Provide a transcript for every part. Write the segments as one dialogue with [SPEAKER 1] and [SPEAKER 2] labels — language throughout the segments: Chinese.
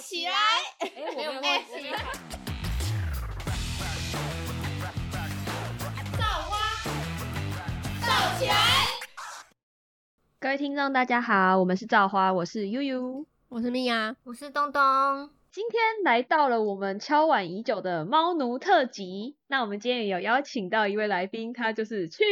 [SPEAKER 1] 起来！
[SPEAKER 2] 哎，我没有
[SPEAKER 1] 哎
[SPEAKER 2] 忘 记。
[SPEAKER 1] 造起来！
[SPEAKER 3] 各位听众，大家好，我们是造花，我是悠悠。
[SPEAKER 2] 我是米娅，
[SPEAKER 1] 我是东东，
[SPEAKER 3] 今天来到了我们敲碗已久的猫奴特辑。那我们今天也有邀请到一位来宾，他就是去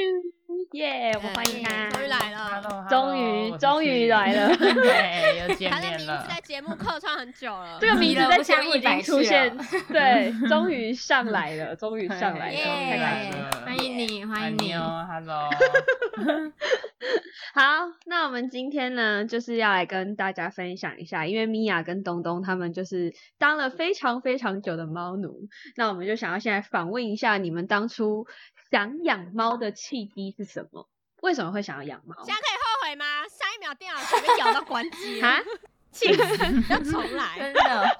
[SPEAKER 3] 耶我们欢迎他。
[SPEAKER 2] 终于来了。
[SPEAKER 4] Hello，
[SPEAKER 3] 终于
[SPEAKER 4] hello，
[SPEAKER 3] 终于来了
[SPEAKER 4] 对，又见
[SPEAKER 2] 他的名
[SPEAKER 4] 面
[SPEAKER 2] 字
[SPEAKER 4] 了。啊
[SPEAKER 2] 在节目客串很久了。
[SPEAKER 3] 这个名字在节目已经出现
[SPEAKER 5] 迷了，
[SPEAKER 3] 对，终于上来了，终于上 来
[SPEAKER 5] 哎
[SPEAKER 3] 了，
[SPEAKER 4] 耶
[SPEAKER 3] 太开心了。哎哦
[SPEAKER 5] 欢迎你，欢迎你
[SPEAKER 4] 妞。，Hello，哦
[SPEAKER 3] 好，那我们今天呢，就是要来跟大家分享一下，因为米娅跟东东他们就是当了非常非常久的猫奴，那我们就想要现在访问一下你们当初想养猫的契机是什么？为什么会想要养猫？
[SPEAKER 2] 现在可以后悔吗？上一秒电脑准备咬到关机了
[SPEAKER 3] 啊，
[SPEAKER 2] 气死！ 要重
[SPEAKER 5] 真
[SPEAKER 2] 来。
[SPEAKER 5] 的，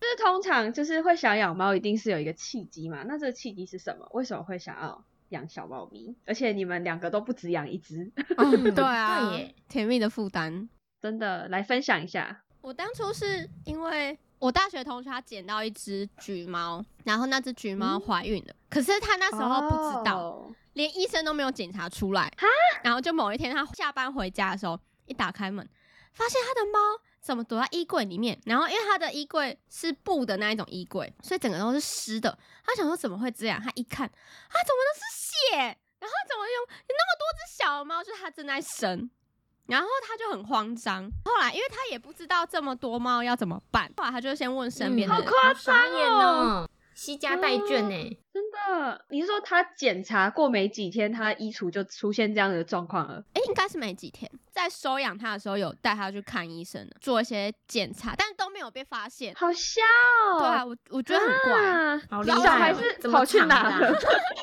[SPEAKER 3] 就是通常就是会想养猫，一定是有一个契机嘛。那这个契机是什么？为什么会想要养小猫咪？而且你们两个都不止养一只，
[SPEAKER 2] 嗯，对啊
[SPEAKER 5] 对耶，
[SPEAKER 2] 甜蜜的负担。
[SPEAKER 3] 真的来分享一下。
[SPEAKER 2] 我当初是因为我大学同学他捡到一只橘猫，然后那只橘猫怀孕了，可是他那时候不知道，
[SPEAKER 3] 哦
[SPEAKER 2] 连医生都没有检查出来。然后就某一天他下班回家的时候，一打开门，发现他的猫怎么躲在衣柜里面？然后因为他的衣柜是布的那一种衣柜，所以整个都是湿的。他想说怎么会这样？他一看，啊，怎么都是血？然后怎么有有那么多只小猫？就是他正在生。然后他就很慌张，后来因为他也不知道这么多猫要怎么办，后来他就先问身
[SPEAKER 5] 嗯
[SPEAKER 2] 边的
[SPEAKER 3] 好
[SPEAKER 2] 人，
[SPEAKER 3] 夸
[SPEAKER 5] 傻
[SPEAKER 3] 张
[SPEAKER 5] 眼
[SPEAKER 3] 哦！
[SPEAKER 5] 哦，惜家带眷欸呢。
[SPEAKER 3] 真的，你是说他检查过没几天，他衣橱就出现这样的状况了？
[SPEAKER 2] 哎、应该是没几天，在收养它的时候有带它去看医生的，做一些检查，但都没有被发现。
[SPEAKER 3] 好笑、哦！啊
[SPEAKER 2] 对啊，，我我觉得很怪，哎、
[SPEAKER 5] 好厉
[SPEAKER 3] 小
[SPEAKER 5] 害哦
[SPEAKER 3] 孩是
[SPEAKER 5] 怎么
[SPEAKER 3] 跑去
[SPEAKER 5] 藏的
[SPEAKER 3] 哪
[SPEAKER 5] 啊
[SPEAKER 3] 了？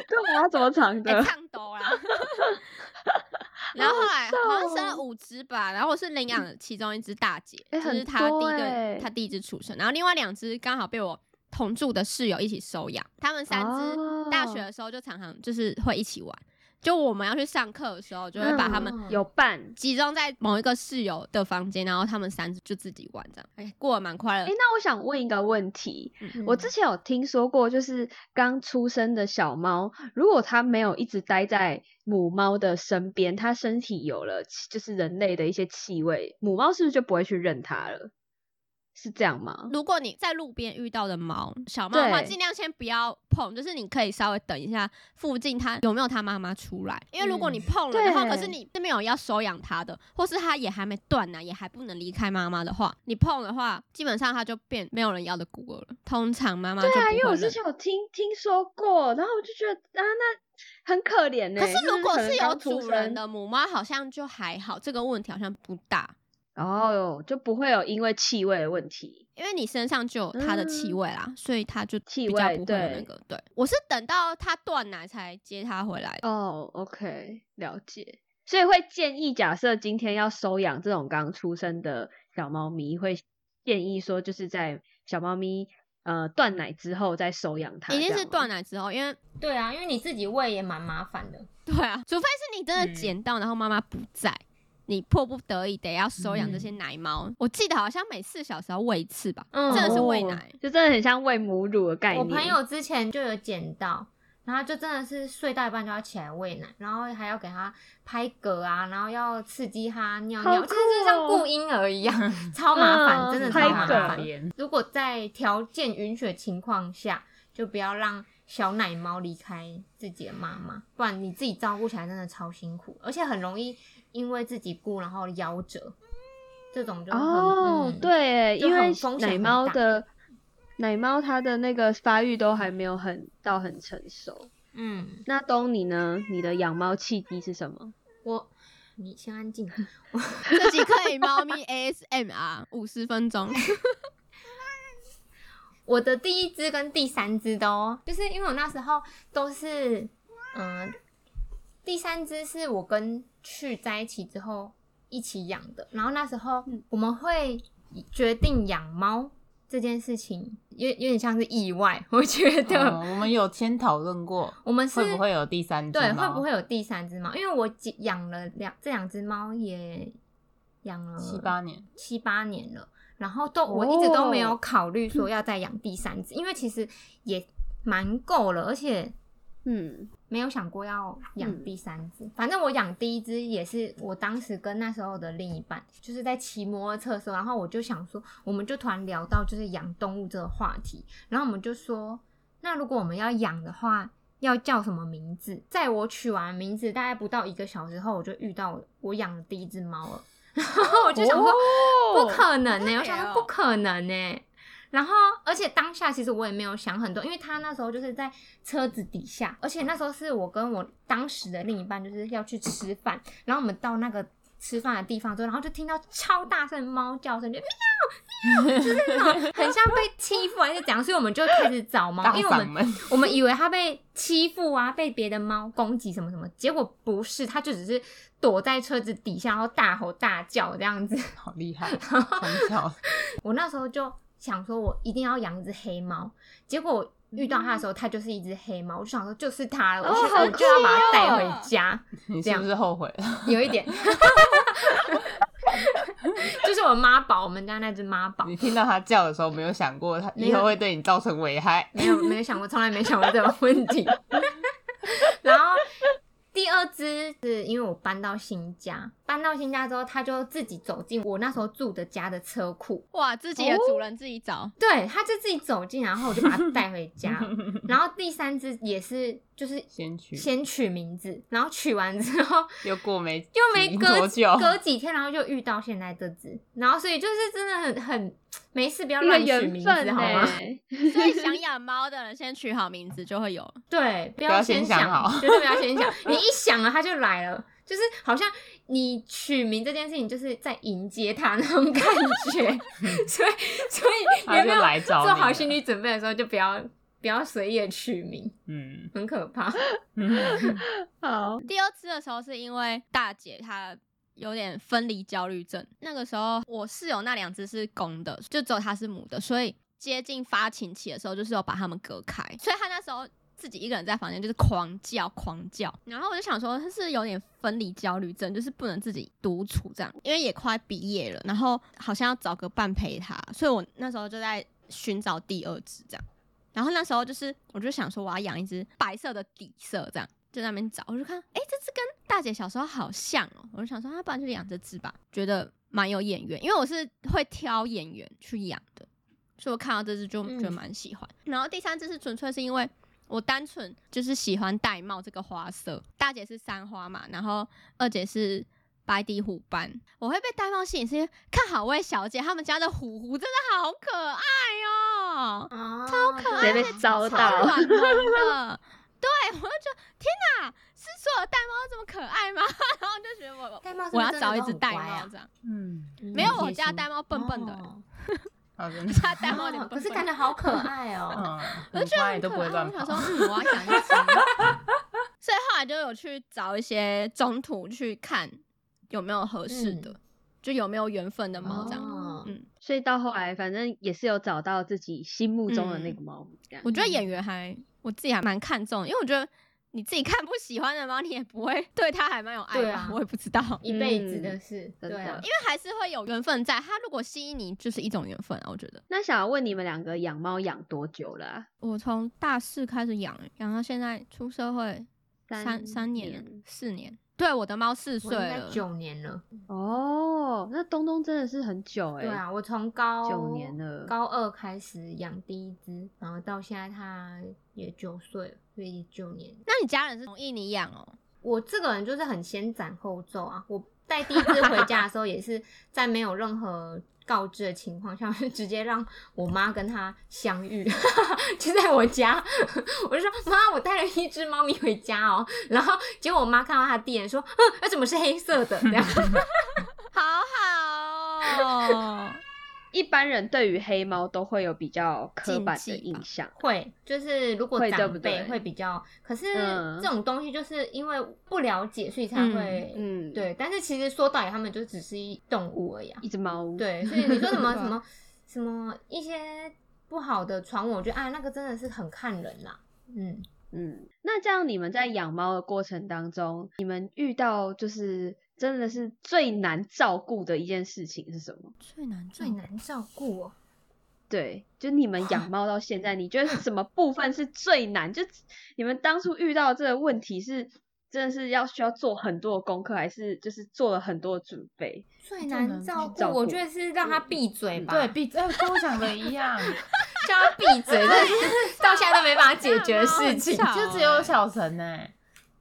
[SPEAKER 3] 对啊，怎么藏的？
[SPEAKER 2] 烫斗啦。 然后后来好像生了五只吧，然后我是领养了其中一只大姐，
[SPEAKER 3] 哎
[SPEAKER 2] 就
[SPEAKER 3] 哦很
[SPEAKER 2] 是她第
[SPEAKER 3] 多
[SPEAKER 2] 一个
[SPEAKER 3] 哎
[SPEAKER 2] 她第一只出生，然后另外两只刚好被我同住的室友一起收养，他们三只大学的
[SPEAKER 3] 哦
[SPEAKER 2] 时候就常常就是会一起玩，就我们要去上课的时候就会把他们
[SPEAKER 5] 嗯
[SPEAKER 3] 有伴。
[SPEAKER 2] 集中在某一个室友的房间，然后他们三只就自己玩这样，哎、过得蛮快乐
[SPEAKER 3] 哎、。那我想问一个问题，
[SPEAKER 5] 嗯
[SPEAKER 3] 我之前有听说过，就是刚出生的小猫，如果它没有一直待在母猫的身边，它身体有了气就是人类的一些气味，母猫是不是就不会去认它了？是这样吗？
[SPEAKER 2] 如果你在路边遇到的猫小猫的话，
[SPEAKER 3] 对
[SPEAKER 2] 尽量先不要碰，就是你可以稍微等一下附近它有没有它妈妈出来，因为如果你碰了，
[SPEAKER 3] 嗯对
[SPEAKER 2] 然后可是你是没有要收养它的，或是它也还没断啊奶、也还不能离开妈妈的话，你碰的话，基本上它就变没有人要的孤儿了。通常妈妈就
[SPEAKER 3] 对
[SPEAKER 2] 不
[SPEAKER 3] 啊，因为
[SPEAKER 2] 会
[SPEAKER 3] 我之
[SPEAKER 2] 认。
[SPEAKER 3] 前有听听说过，然后我就觉得啊，那很可怜呢、
[SPEAKER 2] 可是如果是有主人
[SPEAKER 3] 的，
[SPEAKER 2] 的母猫，好像就还好，这个问题好像不大。
[SPEAKER 3] 哦，就不会有因为气味的问题。
[SPEAKER 2] 因为你身上就有它的气味啦，所以它就
[SPEAKER 3] 嗯气
[SPEAKER 2] 比较
[SPEAKER 3] 味
[SPEAKER 2] 不会有那
[SPEAKER 3] 对
[SPEAKER 2] 个。对，我是等到它断奶才接它回来的。
[SPEAKER 3] 哦，OK，了解。所以会建议，假设今天要收养这种刚出生的小猫咪，会建议说，就是在小猫咪呃断奶之后再收养它，
[SPEAKER 2] 一定是断
[SPEAKER 3] 奶。
[SPEAKER 2] 奶之后，因为
[SPEAKER 5] 对啊，因为你自己喂也蛮麻烦的。
[SPEAKER 2] 对啊，除非是你真的
[SPEAKER 4] 嗯
[SPEAKER 2] 捡到，然后妈妈不在，你迫不得已得要收养这些奶猫。我记得好像每四小时要喂一次吧，
[SPEAKER 5] 嗯
[SPEAKER 2] 真的是喂
[SPEAKER 3] 嗯哦
[SPEAKER 2] 奶。
[SPEAKER 3] 就真的很像喂母乳的概
[SPEAKER 5] 我
[SPEAKER 3] 念。
[SPEAKER 5] 朋友之前就有捡到，然后就真的是睡到一半就要起来喂奶，然后还要给它拍嗝啊，然后要刺激它尿
[SPEAKER 3] 好
[SPEAKER 5] 尿，
[SPEAKER 3] 酷
[SPEAKER 5] 就是就像
[SPEAKER 3] 哦
[SPEAKER 5] 顾婴儿一 样，超麻烦，
[SPEAKER 3] 嗯
[SPEAKER 5] 真的
[SPEAKER 3] 拍
[SPEAKER 5] 超麻
[SPEAKER 3] 嗝
[SPEAKER 5] 烦。 如果在条件允许的情况下，就不要让小奶猫离开自己的妈妈，不然你自己照顾起来真的超辛苦，而且很容易因为自己顾然后夭折，这种就很
[SPEAKER 3] 哦，
[SPEAKER 5] 嗯
[SPEAKER 3] 对，
[SPEAKER 5] 就
[SPEAKER 3] 因
[SPEAKER 5] 很
[SPEAKER 3] 为
[SPEAKER 5] 风险
[SPEAKER 3] 奶
[SPEAKER 5] 很
[SPEAKER 3] 猫
[SPEAKER 5] 大
[SPEAKER 3] 的奶猫它的那个发育都还没有很到很成熟。
[SPEAKER 5] 嗯。
[SPEAKER 3] 那东尼呢？你的养猫契机是什么？
[SPEAKER 5] 我，你先安静。
[SPEAKER 2] 这集可以 猫咪 ASMR 五十分钟，
[SPEAKER 5] 我的第一只跟第三只的哦，就是因为我那时候都是，嗯、第三只是我跟去在一起之后一起养的。然后那时候
[SPEAKER 4] 嗯
[SPEAKER 5] 我们会决定养猫这件事情，有有点像是意外，我觉得。
[SPEAKER 4] 嗯我们有先讨论过，
[SPEAKER 5] 我们是
[SPEAKER 4] 会不会有第三只
[SPEAKER 5] 对，
[SPEAKER 4] 猫
[SPEAKER 5] 会不会有第三只猫？因为我几养了两这两只猫也养了
[SPEAKER 4] 七八年，
[SPEAKER 5] 七八年了，然后都我一直都没有考虑说要再养第三只，因为其实也蛮够了，而且
[SPEAKER 3] 嗯，
[SPEAKER 5] 没有想过要养
[SPEAKER 3] 嗯
[SPEAKER 5] 第三只。反正我养第一只也是我当时跟那时候的另一半，就是在骑摩托车的时候，然后我就想说，我们就突然聊到就是养动物这个话题，然后我们就说，那如果我们要养的话，要叫什么名字？在我取完名字大概不到一个小时后，我就遇到我我养的第一只猫了， 然后我就想说，不可能呢、我想说不可能呢、然后，而且当下其实我也没有想很多，因为他那时候就是在车子底下，而且那时候是我跟我当时的另一半就是要去吃饭，然后我们到那个吃饭的地方之后，然后就听到超大声的猫叫声，就喵喵，就是那种很像被欺负还是怎样，所以我 们就开始找猫
[SPEAKER 4] 大，
[SPEAKER 5] 因为我
[SPEAKER 4] 嗓
[SPEAKER 5] 们
[SPEAKER 4] 门，
[SPEAKER 5] 我们以为它被欺负啊，被别的猫攻击什么什么，结果不是，它就只是躲在车子底下，然后大吼大叫这样子。
[SPEAKER 4] 好厉 害，很巧，
[SPEAKER 5] 我那时候就想说，我一定要养一只黑猫。结果我遇到它的时候，它就是一只黑猫，我就想说就是它了，我
[SPEAKER 3] 哦
[SPEAKER 5] 就、
[SPEAKER 3] 好
[SPEAKER 5] 我就要把它带
[SPEAKER 2] 哦
[SPEAKER 5] 回家。
[SPEAKER 4] 你
[SPEAKER 5] 这
[SPEAKER 4] 是
[SPEAKER 5] 样
[SPEAKER 4] 不是后悔了？
[SPEAKER 5] 有一点， 就是我妈宝，我们家那只妈宝。
[SPEAKER 4] 你听到它叫的时候，没有想过它
[SPEAKER 5] 没
[SPEAKER 4] 以
[SPEAKER 5] 有
[SPEAKER 4] 后会对你造成危害？
[SPEAKER 5] 没有没有想过，从来没想过这种问题。 然后第二只是因为我搬到新家，搬到新家之后，它就自己走进我那时候住的家的车库，
[SPEAKER 2] 哇，自
[SPEAKER 3] 哦
[SPEAKER 2] 己的主人自己找，
[SPEAKER 5] 对，它就自己走进，然后我就把 它带回家。然后第三只也是，就是
[SPEAKER 4] 先取
[SPEAKER 5] 先取名字，然后取完之后
[SPEAKER 4] 又过没
[SPEAKER 5] 又没
[SPEAKER 4] 几
[SPEAKER 5] 隔
[SPEAKER 4] 多久，
[SPEAKER 5] 隔几天，然后又遇到现在这只，然后所以就是真的很很没事，不要
[SPEAKER 3] 一个
[SPEAKER 5] 乱取
[SPEAKER 3] 缘
[SPEAKER 5] 名字
[SPEAKER 3] 分
[SPEAKER 5] 好
[SPEAKER 3] 呢、
[SPEAKER 4] 欸
[SPEAKER 5] 吗？
[SPEAKER 2] 所以想养猫的人先取好名字就会有。
[SPEAKER 5] 对，不
[SPEAKER 4] 不要
[SPEAKER 5] 先
[SPEAKER 4] 先想好
[SPEAKER 5] 绝对不要先 想，你一想了它就来了，就是好像你取名这件事情就是在迎接它那种感 觉，所以所以你
[SPEAKER 4] 它
[SPEAKER 5] 有
[SPEAKER 4] 就
[SPEAKER 5] 没有
[SPEAKER 4] 来找你
[SPEAKER 5] 做
[SPEAKER 4] 了。
[SPEAKER 5] 好心理准备的时候就不要不要随意地取名，
[SPEAKER 4] 嗯，
[SPEAKER 5] 很可怕。
[SPEAKER 3] 好，
[SPEAKER 2] 第二次的时候是因为大姐她有点分离焦虑症，那个时候我室友那两只是公的，就只有她是母的，所以接近发情期的时候，就是有把它们隔开，所以她那时候。自己一个人在房间就是狂叫狂叫，然后我就想说她是有点分离焦虑症，就是不能自己独处这样，因为也快毕业了，然后好像要找个伴陪她，所以我那时候就在寻找第二只这样。然后那时候就是，我就想说我要养一只白色的底色，这样就在那边找，我就看，哎，这只跟大姐小时候好像哦，我就想说，那不然就养这只吧，觉得蛮有眼缘，因为我是会挑眼缘去养的，所以我看到这只就
[SPEAKER 5] 嗯
[SPEAKER 2] 觉得蛮喜欢。然后第三只是纯粹是因为我单纯就是喜欢玳瑁这个花色，大姐是三花嘛，然后二姐是。白底虎斑，我会被玳瑁吸引，是因为看好味小姐他们家的虎虎真的好可爱哦、
[SPEAKER 5] 哦，超可
[SPEAKER 3] 爱直接被招
[SPEAKER 2] 超
[SPEAKER 3] 到
[SPEAKER 2] 软萌的。对，我就觉得天哪，是所有玳瑁都这么可爱吗？ 然后就觉得我
[SPEAKER 5] 玳瑁是不是
[SPEAKER 2] 我要
[SPEAKER 5] 真的
[SPEAKER 2] 找一
[SPEAKER 5] 都
[SPEAKER 2] 只
[SPEAKER 5] 很
[SPEAKER 2] 玳
[SPEAKER 5] 乖啊
[SPEAKER 2] 瑁这样，
[SPEAKER 4] 嗯，
[SPEAKER 2] 没有我家
[SPEAKER 4] 单，
[SPEAKER 2] 玳瑁笨笨的，
[SPEAKER 5] 哦
[SPEAKER 4] 好真的，
[SPEAKER 2] 它玳瑁有点
[SPEAKER 5] 哦
[SPEAKER 2] 笨
[SPEAKER 5] 可
[SPEAKER 2] 笨
[SPEAKER 5] 是感
[SPEAKER 2] 的。
[SPEAKER 5] 觉好可爱哦。
[SPEAKER 4] 嗯，很乖都不会
[SPEAKER 2] 很可爱
[SPEAKER 4] 乱
[SPEAKER 2] 我
[SPEAKER 4] 跑
[SPEAKER 2] 想。说，嗯，我要养一只。所以后来就有去找一些中途去看有没有合适的，就有没有缘分的猫这样。
[SPEAKER 5] 哦
[SPEAKER 2] 嗯，
[SPEAKER 3] 所以到后来反正也是有找到自己心目中的那
[SPEAKER 5] 嗯
[SPEAKER 3] 个猫，这样嗯
[SPEAKER 2] 我觉得演员还我自己还蛮看重的，因为我觉得你自己看不喜欢的猫，你也不会对它还蛮有爱
[SPEAKER 5] 对
[SPEAKER 2] 吧？
[SPEAKER 5] 啊
[SPEAKER 2] 我也不知道。
[SPEAKER 5] 一辈子的事，
[SPEAKER 3] 嗯真
[SPEAKER 5] 对啊
[SPEAKER 3] 的。。
[SPEAKER 2] 因为还是会有缘分在。他如果吸引你，就是一种缘分啊，我觉得。
[SPEAKER 3] 那想要问你们两个养猫养多久了啊、
[SPEAKER 2] 我从大四开始养，养到现在出社会三三
[SPEAKER 3] 年
[SPEAKER 2] 年四年。对，我的猫四
[SPEAKER 5] 我
[SPEAKER 2] 岁
[SPEAKER 5] 应该
[SPEAKER 2] 了，
[SPEAKER 5] 九年了，
[SPEAKER 3] 哦，那东东真的是很久哎、
[SPEAKER 5] 对啊，我从高
[SPEAKER 3] 九年了
[SPEAKER 5] 高二开始养第一只，然后到现在它也九岁了，所以也九年。
[SPEAKER 2] 那你家人是同意你养 哦？
[SPEAKER 5] 我这个人就是很先斩后奏啊！我带第一只回家的时候，也是在没有任何告知的情况下，就直接让我妈跟他相遇， 就在我家。我就说：“妈，我带了一只猫咪回家哦。”然后结果我妈看到它第一眼说：“嗯，那怎么是黑色的？”这 样
[SPEAKER 2] 好好哦，
[SPEAKER 3] 一般人对于黑猫都会有比较刻板
[SPEAKER 2] 禁
[SPEAKER 3] 的
[SPEAKER 2] 忌吧
[SPEAKER 3] 印象，
[SPEAKER 5] 会就是如果
[SPEAKER 3] 会对
[SPEAKER 5] 长
[SPEAKER 3] 不
[SPEAKER 5] 辈
[SPEAKER 3] 对
[SPEAKER 5] 会比较，可是
[SPEAKER 3] 嗯
[SPEAKER 5] 这种东西就是因为不了解，所以才会、
[SPEAKER 3] 嗯，，
[SPEAKER 5] 对。但是其实说到底，他们就只是一动物而已啊。
[SPEAKER 3] 一只猫，，
[SPEAKER 5] 对，所以你说什 么
[SPEAKER 2] 对
[SPEAKER 5] 什么什么一些不好的传闻，我觉得啊，那个真的是很看人啦。嗯，
[SPEAKER 3] 嗯，那这样你们在养猫的过程当中，你们遇到就是真的是最难照顾的一件事情是什么？
[SPEAKER 2] 最难
[SPEAKER 5] 最难照顾哦。
[SPEAKER 3] 对，就你们养猫到现在，你觉得什么部分是最难？就你们当初遇到这个问题是真的是要需要做很多的功课，还是就是做了很多的准备？
[SPEAKER 5] 最难照顾
[SPEAKER 3] 照，顾
[SPEAKER 5] 我觉得是让他闭嘴吧，
[SPEAKER 4] 哦对，，闭嘴，哎跟我想的一样，
[SPEAKER 5] 叫他闭嘴，这是到现在都没办法解决的事情，
[SPEAKER 2] 这样吗
[SPEAKER 5] 就
[SPEAKER 4] 就只有小陈呢、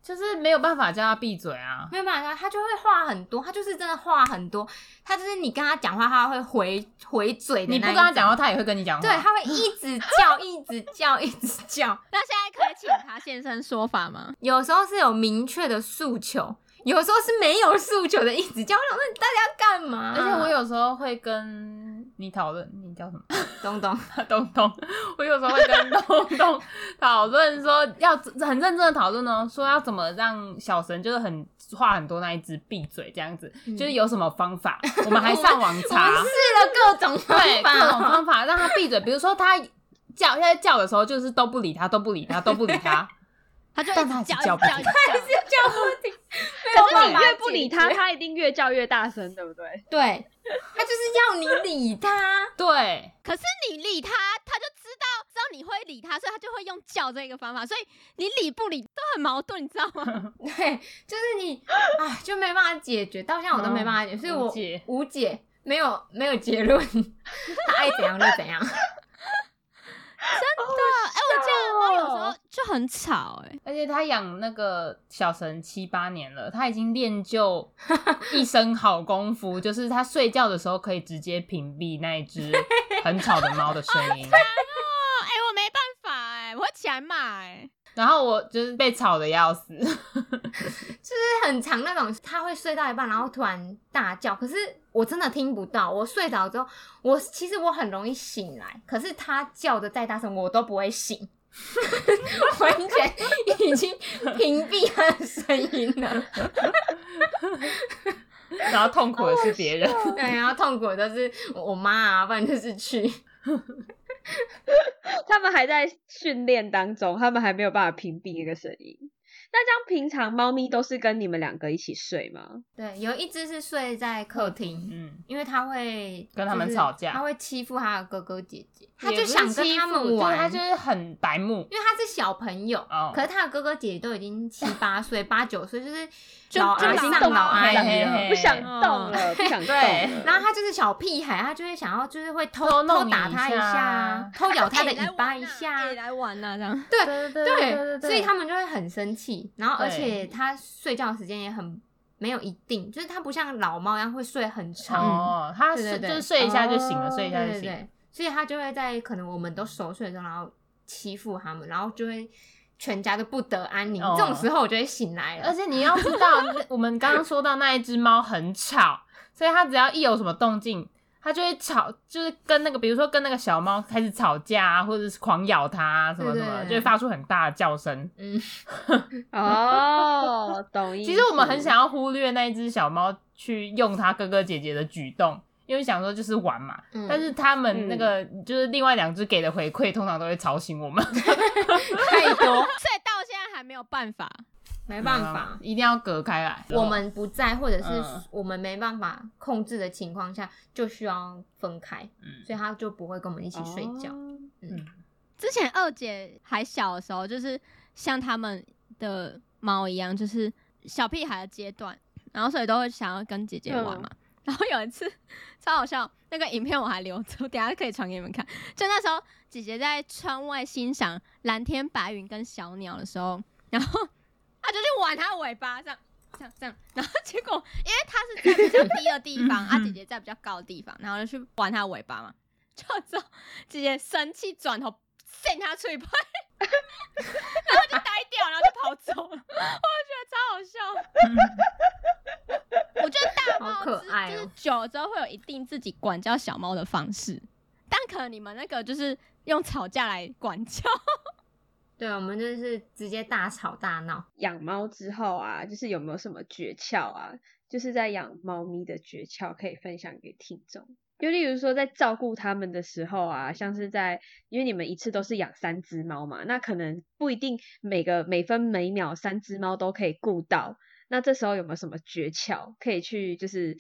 [SPEAKER 4] 就是没有办法叫他闭嘴啊。
[SPEAKER 5] 没有办法，他就会话很多，他就是真的话很多，他就是你跟他讲话，他会回回嘴的
[SPEAKER 4] 你不
[SPEAKER 5] 那一
[SPEAKER 4] 跟
[SPEAKER 5] 种
[SPEAKER 4] 他讲话，他也会跟你讲话。
[SPEAKER 5] 对，他会一直叫，一直叫，一直叫，
[SPEAKER 2] 那现在可以请他现身说法吗？
[SPEAKER 5] 有时候是有明确的诉求，有时候是没有诉求的，一直叫。我想问大家要干嘛？
[SPEAKER 4] 而且我有时候会跟你讨论，你叫什么？
[SPEAKER 5] 东东，
[SPEAKER 4] 东东，我有时候会 跟东东讨论说，要很认真的讨论哦，说要怎么让小神就是很话很多那一只闭嘴这样子，
[SPEAKER 5] 嗯
[SPEAKER 4] 就是有什么方法，我们还上网
[SPEAKER 5] 我们
[SPEAKER 4] 查
[SPEAKER 5] 试，了各种方
[SPEAKER 4] 对各种
[SPEAKER 5] 法，
[SPEAKER 4] 方法让他闭嘴，比如说他叫，在叫的时候就是都不理他，都不理他，都不理 他，
[SPEAKER 2] 他就一
[SPEAKER 4] 但他
[SPEAKER 2] 直
[SPEAKER 4] 还是
[SPEAKER 2] 叫，一直叫，
[SPEAKER 4] 叫不停
[SPEAKER 2] 一直叫。
[SPEAKER 5] 叫不停，
[SPEAKER 3] 可是
[SPEAKER 5] 没有办
[SPEAKER 3] 你
[SPEAKER 5] 法
[SPEAKER 3] 越不理它，
[SPEAKER 5] 解决
[SPEAKER 3] 它一定越叫越大声，对不对？
[SPEAKER 5] 对他就是要你理他。
[SPEAKER 4] 对。
[SPEAKER 2] 可是你理他，他就知道知道你会理他，所以他就会用叫这个方法。所以你理不理都很矛盾，你知道吗？
[SPEAKER 5] 对，就是你啊，就没办法解决，到现在我都没办法解决，所以
[SPEAKER 4] 嗯
[SPEAKER 5] 我
[SPEAKER 4] 无解
[SPEAKER 5] 无解，没有没有结论， 他爱怎样就怎样。
[SPEAKER 2] 对啊，哎、我家的猫有时
[SPEAKER 3] 好
[SPEAKER 2] 候就很吵、哎，
[SPEAKER 4] 而且他养那个小神七八年了，他已经练就一身好功夫，就是他睡觉的时候可以直接屏蔽那一只很吵的猫的声 音。
[SPEAKER 5] 啊
[SPEAKER 2] 哦，哎、我没办法、哎，我会起来骂、哎，
[SPEAKER 4] 然后我就是被吵的要死，
[SPEAKER 5] 就是很长那种，他会睡到一半，然后突然大叫，可是我真的听不到。我睡着之后，我其实我很容易醒来，可是他叫的再大声，我都不会醒，完全已经屏蔽他的声音了。
[SPEAKER 4] 然后痛苦的是别 人。
[SPEAKER 5] 对，然后痛苦的都是我妈啊，不然就是去。
[SPEAKER 3] 他们还在训练当中，他们还没有办法屏蔽那个声音。那这样平常猫咪都是跟你们两个一起睡吗？
[SPEAKER 5] 对，有一只是睡在客厅，
[SPEAKER 4] 嗯，
[SPEAKER 5] 因为他会
[SPEAKER 4] 跟他们
[SPEAKER 5] 就是
[SPEAKER 4] 吵架
[SPEAKER 5] 他会欺负他的哥哥姐姐，他
[SPEAKER 4] 也
[SPEAKER 5] 就
[SPEAKER 4] 不是
[SPEAKER 5] 想跟
[SPEAKER 4] 欺
[SPEAKER 5] 他
[SPEAKER 4] 负
[SPEAKER 5] 们
[SPEAKER 4] 就是
[SPEAKER 5] 玩，
[SPEAKER 4] 他就是很白目。
[SPEAKER 5] 因为他是小朋友，
[SPEAKER 4] 哦
[SPEAKER 5] 可是他的哥哥姐姐都已经七八岁、八九岁，就是
[SPEAKER 2] 就
[SPEAKER 5] 老
[SPEAKER 2] 就
[SPEAKER 5] 阿
[SPEAKER 2] 已经
[SPEAKER 5] 上
[SPEAKER 2] 动
[SPEAKER 5] 老
[SPEAKER 2] 不
[SPEAKER 5] 阿
[SPEAKER 4] 了
[SPEAKER 5] 姨了
[SPEAKER 4] 嘿。
[SPEAKER 3] 不想动
[SPEAKER 4] 哦
[SPEAKER 3] 了，不想 动了。
[SPEAKER 5] 然后他就是小屁孩，他就会想要，就是会偷
[SPEAKER 4] 偷弄
[SPEAKER 5] 偷打
[SPEAKER 4] 你一
[SPEAKER 5] 他
[SPEAKER 4] 下
[SPEAKER 5] 下啊，偷咬他的
[SPEAKER 2] 哎来
[SPEAKER 5] 尾巴
[SPEAKER 2] 玩
[SPEAKER 5] 一
[SPEAKER 2] 呐
[SPEAKER 5] 下啊
[SPEAKER 2] 哎，来玩呐、 这样。
[SPEAKER 5] 对
[SPEAKER 4] 对对
[SPEAKER 5] 对，嗯所以他
[SPEAKER 4] 们
[SPEAKER 5] 们就会很生气，然后而
[SPEAKER 4] 对
[SPEAKER 5] 且他睡觉的时间也很没有一定，就是他不像老猫一样会睡很长，
[SPEAKER 4] 哦，他
[SPEAKER 5] 对对
[SPEAKER 4] 睡
[SPEAKER 5] 对
[SPEAKER 4] 就是睡一下就醒了，
[SPEAKER 3] 哦
[SPEAKER 4] 睡一下就
[SPEAKER 5] 对对
[SPEAKER 4] 醒了。
[SPEAKER 5] 对，所以他就会在可能我们都熟睡的时候，然后欺负他们，然后就会全家都不得安宁。
[SPEAKER 4] 哦
[SPEAKER 5] 这种时候我就会醒来了，
[SPEAKER 4] 而且你要知道，那 我们刚刚说到那一只猫很吵，所以它只要一有什么动静，它就会吵，就是跟那个，比如说跟那个小猫开始吵架啊，或者是狂咬它啊，什么什么的，
[SPEAKER 5] 对对对
[SPEAKER 4] 就会发出很大的叫声。
[SPEAKER 5] 嗯，
[SPEAKER 3] 哦，懂意思。
[SPEAKER 4] 其实我们很想要忽略那一只小猫去用它哥哥姐姐的举动，因为想说就是玩嘛。
[SPEAKER 5] 嗯
[SPEAKER 4] 但是他们那个、就是另外两只给的回馈，通常都会吵醒我们。，
[SPEAKER 5] 太多
[SPEAKER 2] 所以到现在还没有办法，
[SPEAKER 5] 没办法
[SPEAKER 4] 一定要隔开来。
[SPEAKER 5] 我们不在或者是
[SPEAKER 4] 嗯
[SPEAKER 5] 我们没办法控制的情况下，就需要分开，
[SPEAKER 4] 嗯
[SPEAKER 5] 所以他就不会跟我们一起睡觉。
[SPEAKER 3] 哦
[SPEAKER 2] 之前二姐还小的时候，就是像他们的猫一样，就是小屁孩的阶段，然后所以都会想要跟姐姐玩嘛。然后有一次 超好笑，那个影片我还留着，我等一下可以传给你们看。就那时候姐姐在窗外欣赏蓝天白云跟小鸟的时候，然后她就去玩她的尾巴，这样。这样这样，然后结果因为她是在比较低的地
[SPEAKER 3] 嗯
[SPEAKER 2] 方，啊姐姐在比较高的地方，然后就去玩她的尾巴嘛，就之后姐姐生气转头扇她嘴巴，然后就呆掉，然后就跑走了， 我就觉得超好笑。
[SPEAKER 3] 嗯
[SPEAKER 2] 我觉得大
[SPEAKER 5] 好
[SPEAKER 2] 猫
[SPEAKER 5] 可
[SPEAKER 2] 之
[SPEAKER 5] 爱
[SPEAKER 2] 就
[SPEAKER 5] 哦
[SPEAKER 2] 是久了之后会有一定自己管教小猫的方式，但可能你们那个就是用吵架来管教，
[SPEAKER 5] 对，我们就是直接大吵大闹。
[SPEAKER 3] 养猫之后啊，就是有没有什么诀窍啊？就是在养猫咪的诀窍可以分享给听众。就例如说，在照顾它们的时候啊，像是在因为你们一次都是养三只猫嘛，那可能不一定每个每分每秒三只猫都可以顾到。那这时候有没有什么诀窍可以去就是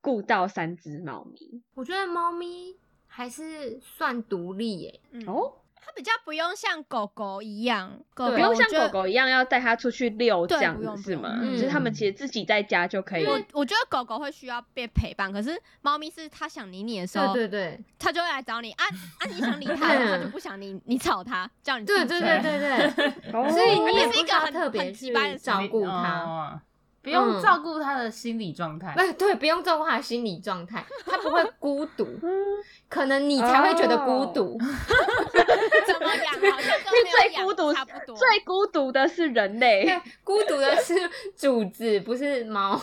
[SPEAKER 3] 顾到三只猫咪？
[SPEAKER 5] 我觉得猫咪还是算独立耶、
[SPEAKER 2] 嗯，
[SPEAKER 3] 哦，
[SPEAKER 2] 它比较不用像狗狗一样，狗狗
[SPEAKER 3] 不用像
[SPEAKER 2] 我觉得
[SPEAKER 3] 狗狗一样要带它出去遛
[SPEAKER 2] 对
[SPEAKER 3] 这样
[SPEAKER 2] 不用
[SPEAKER 3] 子是
[SPEAKER 2] 不
[SPEAKER 3] 吗？
[SPEAKER 2] 用
[SPEAKER 3] 就是它们
[SPEAKER 4] 嗯
[SPEAKER 3] 其实自己在家就可以。
[SPEAKER 2] 我我觉得狗狗会需要被陪伴，可是猫咪是它想理你的时候，
[SPEAKER 5] 对对对
[SPEAKER 2] 它就会来找你。啊 啊，你想理它，然后它就不想理你，你吵它，叫你
[SPEAKER 5] 对对对
[SPEAKER 2] 对，
[SPEAKER 5] 对对，
[SPEAKER 3] 哦
[SPEAKER 5] 所以你也
[SPEAKER 2] 它
[SPEAKER 5] 不
[SPEAKER 2] 是一
[SPEAKER 5] 需
[SPEAKER 2] 个
[SPEAKER 5] 要
[SPEAKER 2] 很
[SPEAKER 5] 特别
[SPEAKER 2] 很鸡
[SPEAKER 5] 去
[SPEAKER 2] 掰的
[SPEAKER 5] 照顾它，
[SPEAKER 4] 哦，不
[SPEAKER 5] 嗯
[SPEAKER 4] 用照顾他的心理状态。
[SPEAKER 5] 不对，不用照顾它的心理状态，它不会孤独，
[SPEAKER 3] 嗯
[SPEAKER 5] 可能你才会觉得孤
[SPEAKER 3] 哦
[SPEAKER 5] 独。
[SPEAKER 2] 怎么养好像跟没
[SPEAKER 3] 最
[SPEAKER 2] 有
[SPEAKER 3] 孤独
[SPEAKER 2] 养差不多。
[SPEAKER 3] 最孤独的是人类，
[SPEAKER 5] 对，孤独的是主子，不是猫。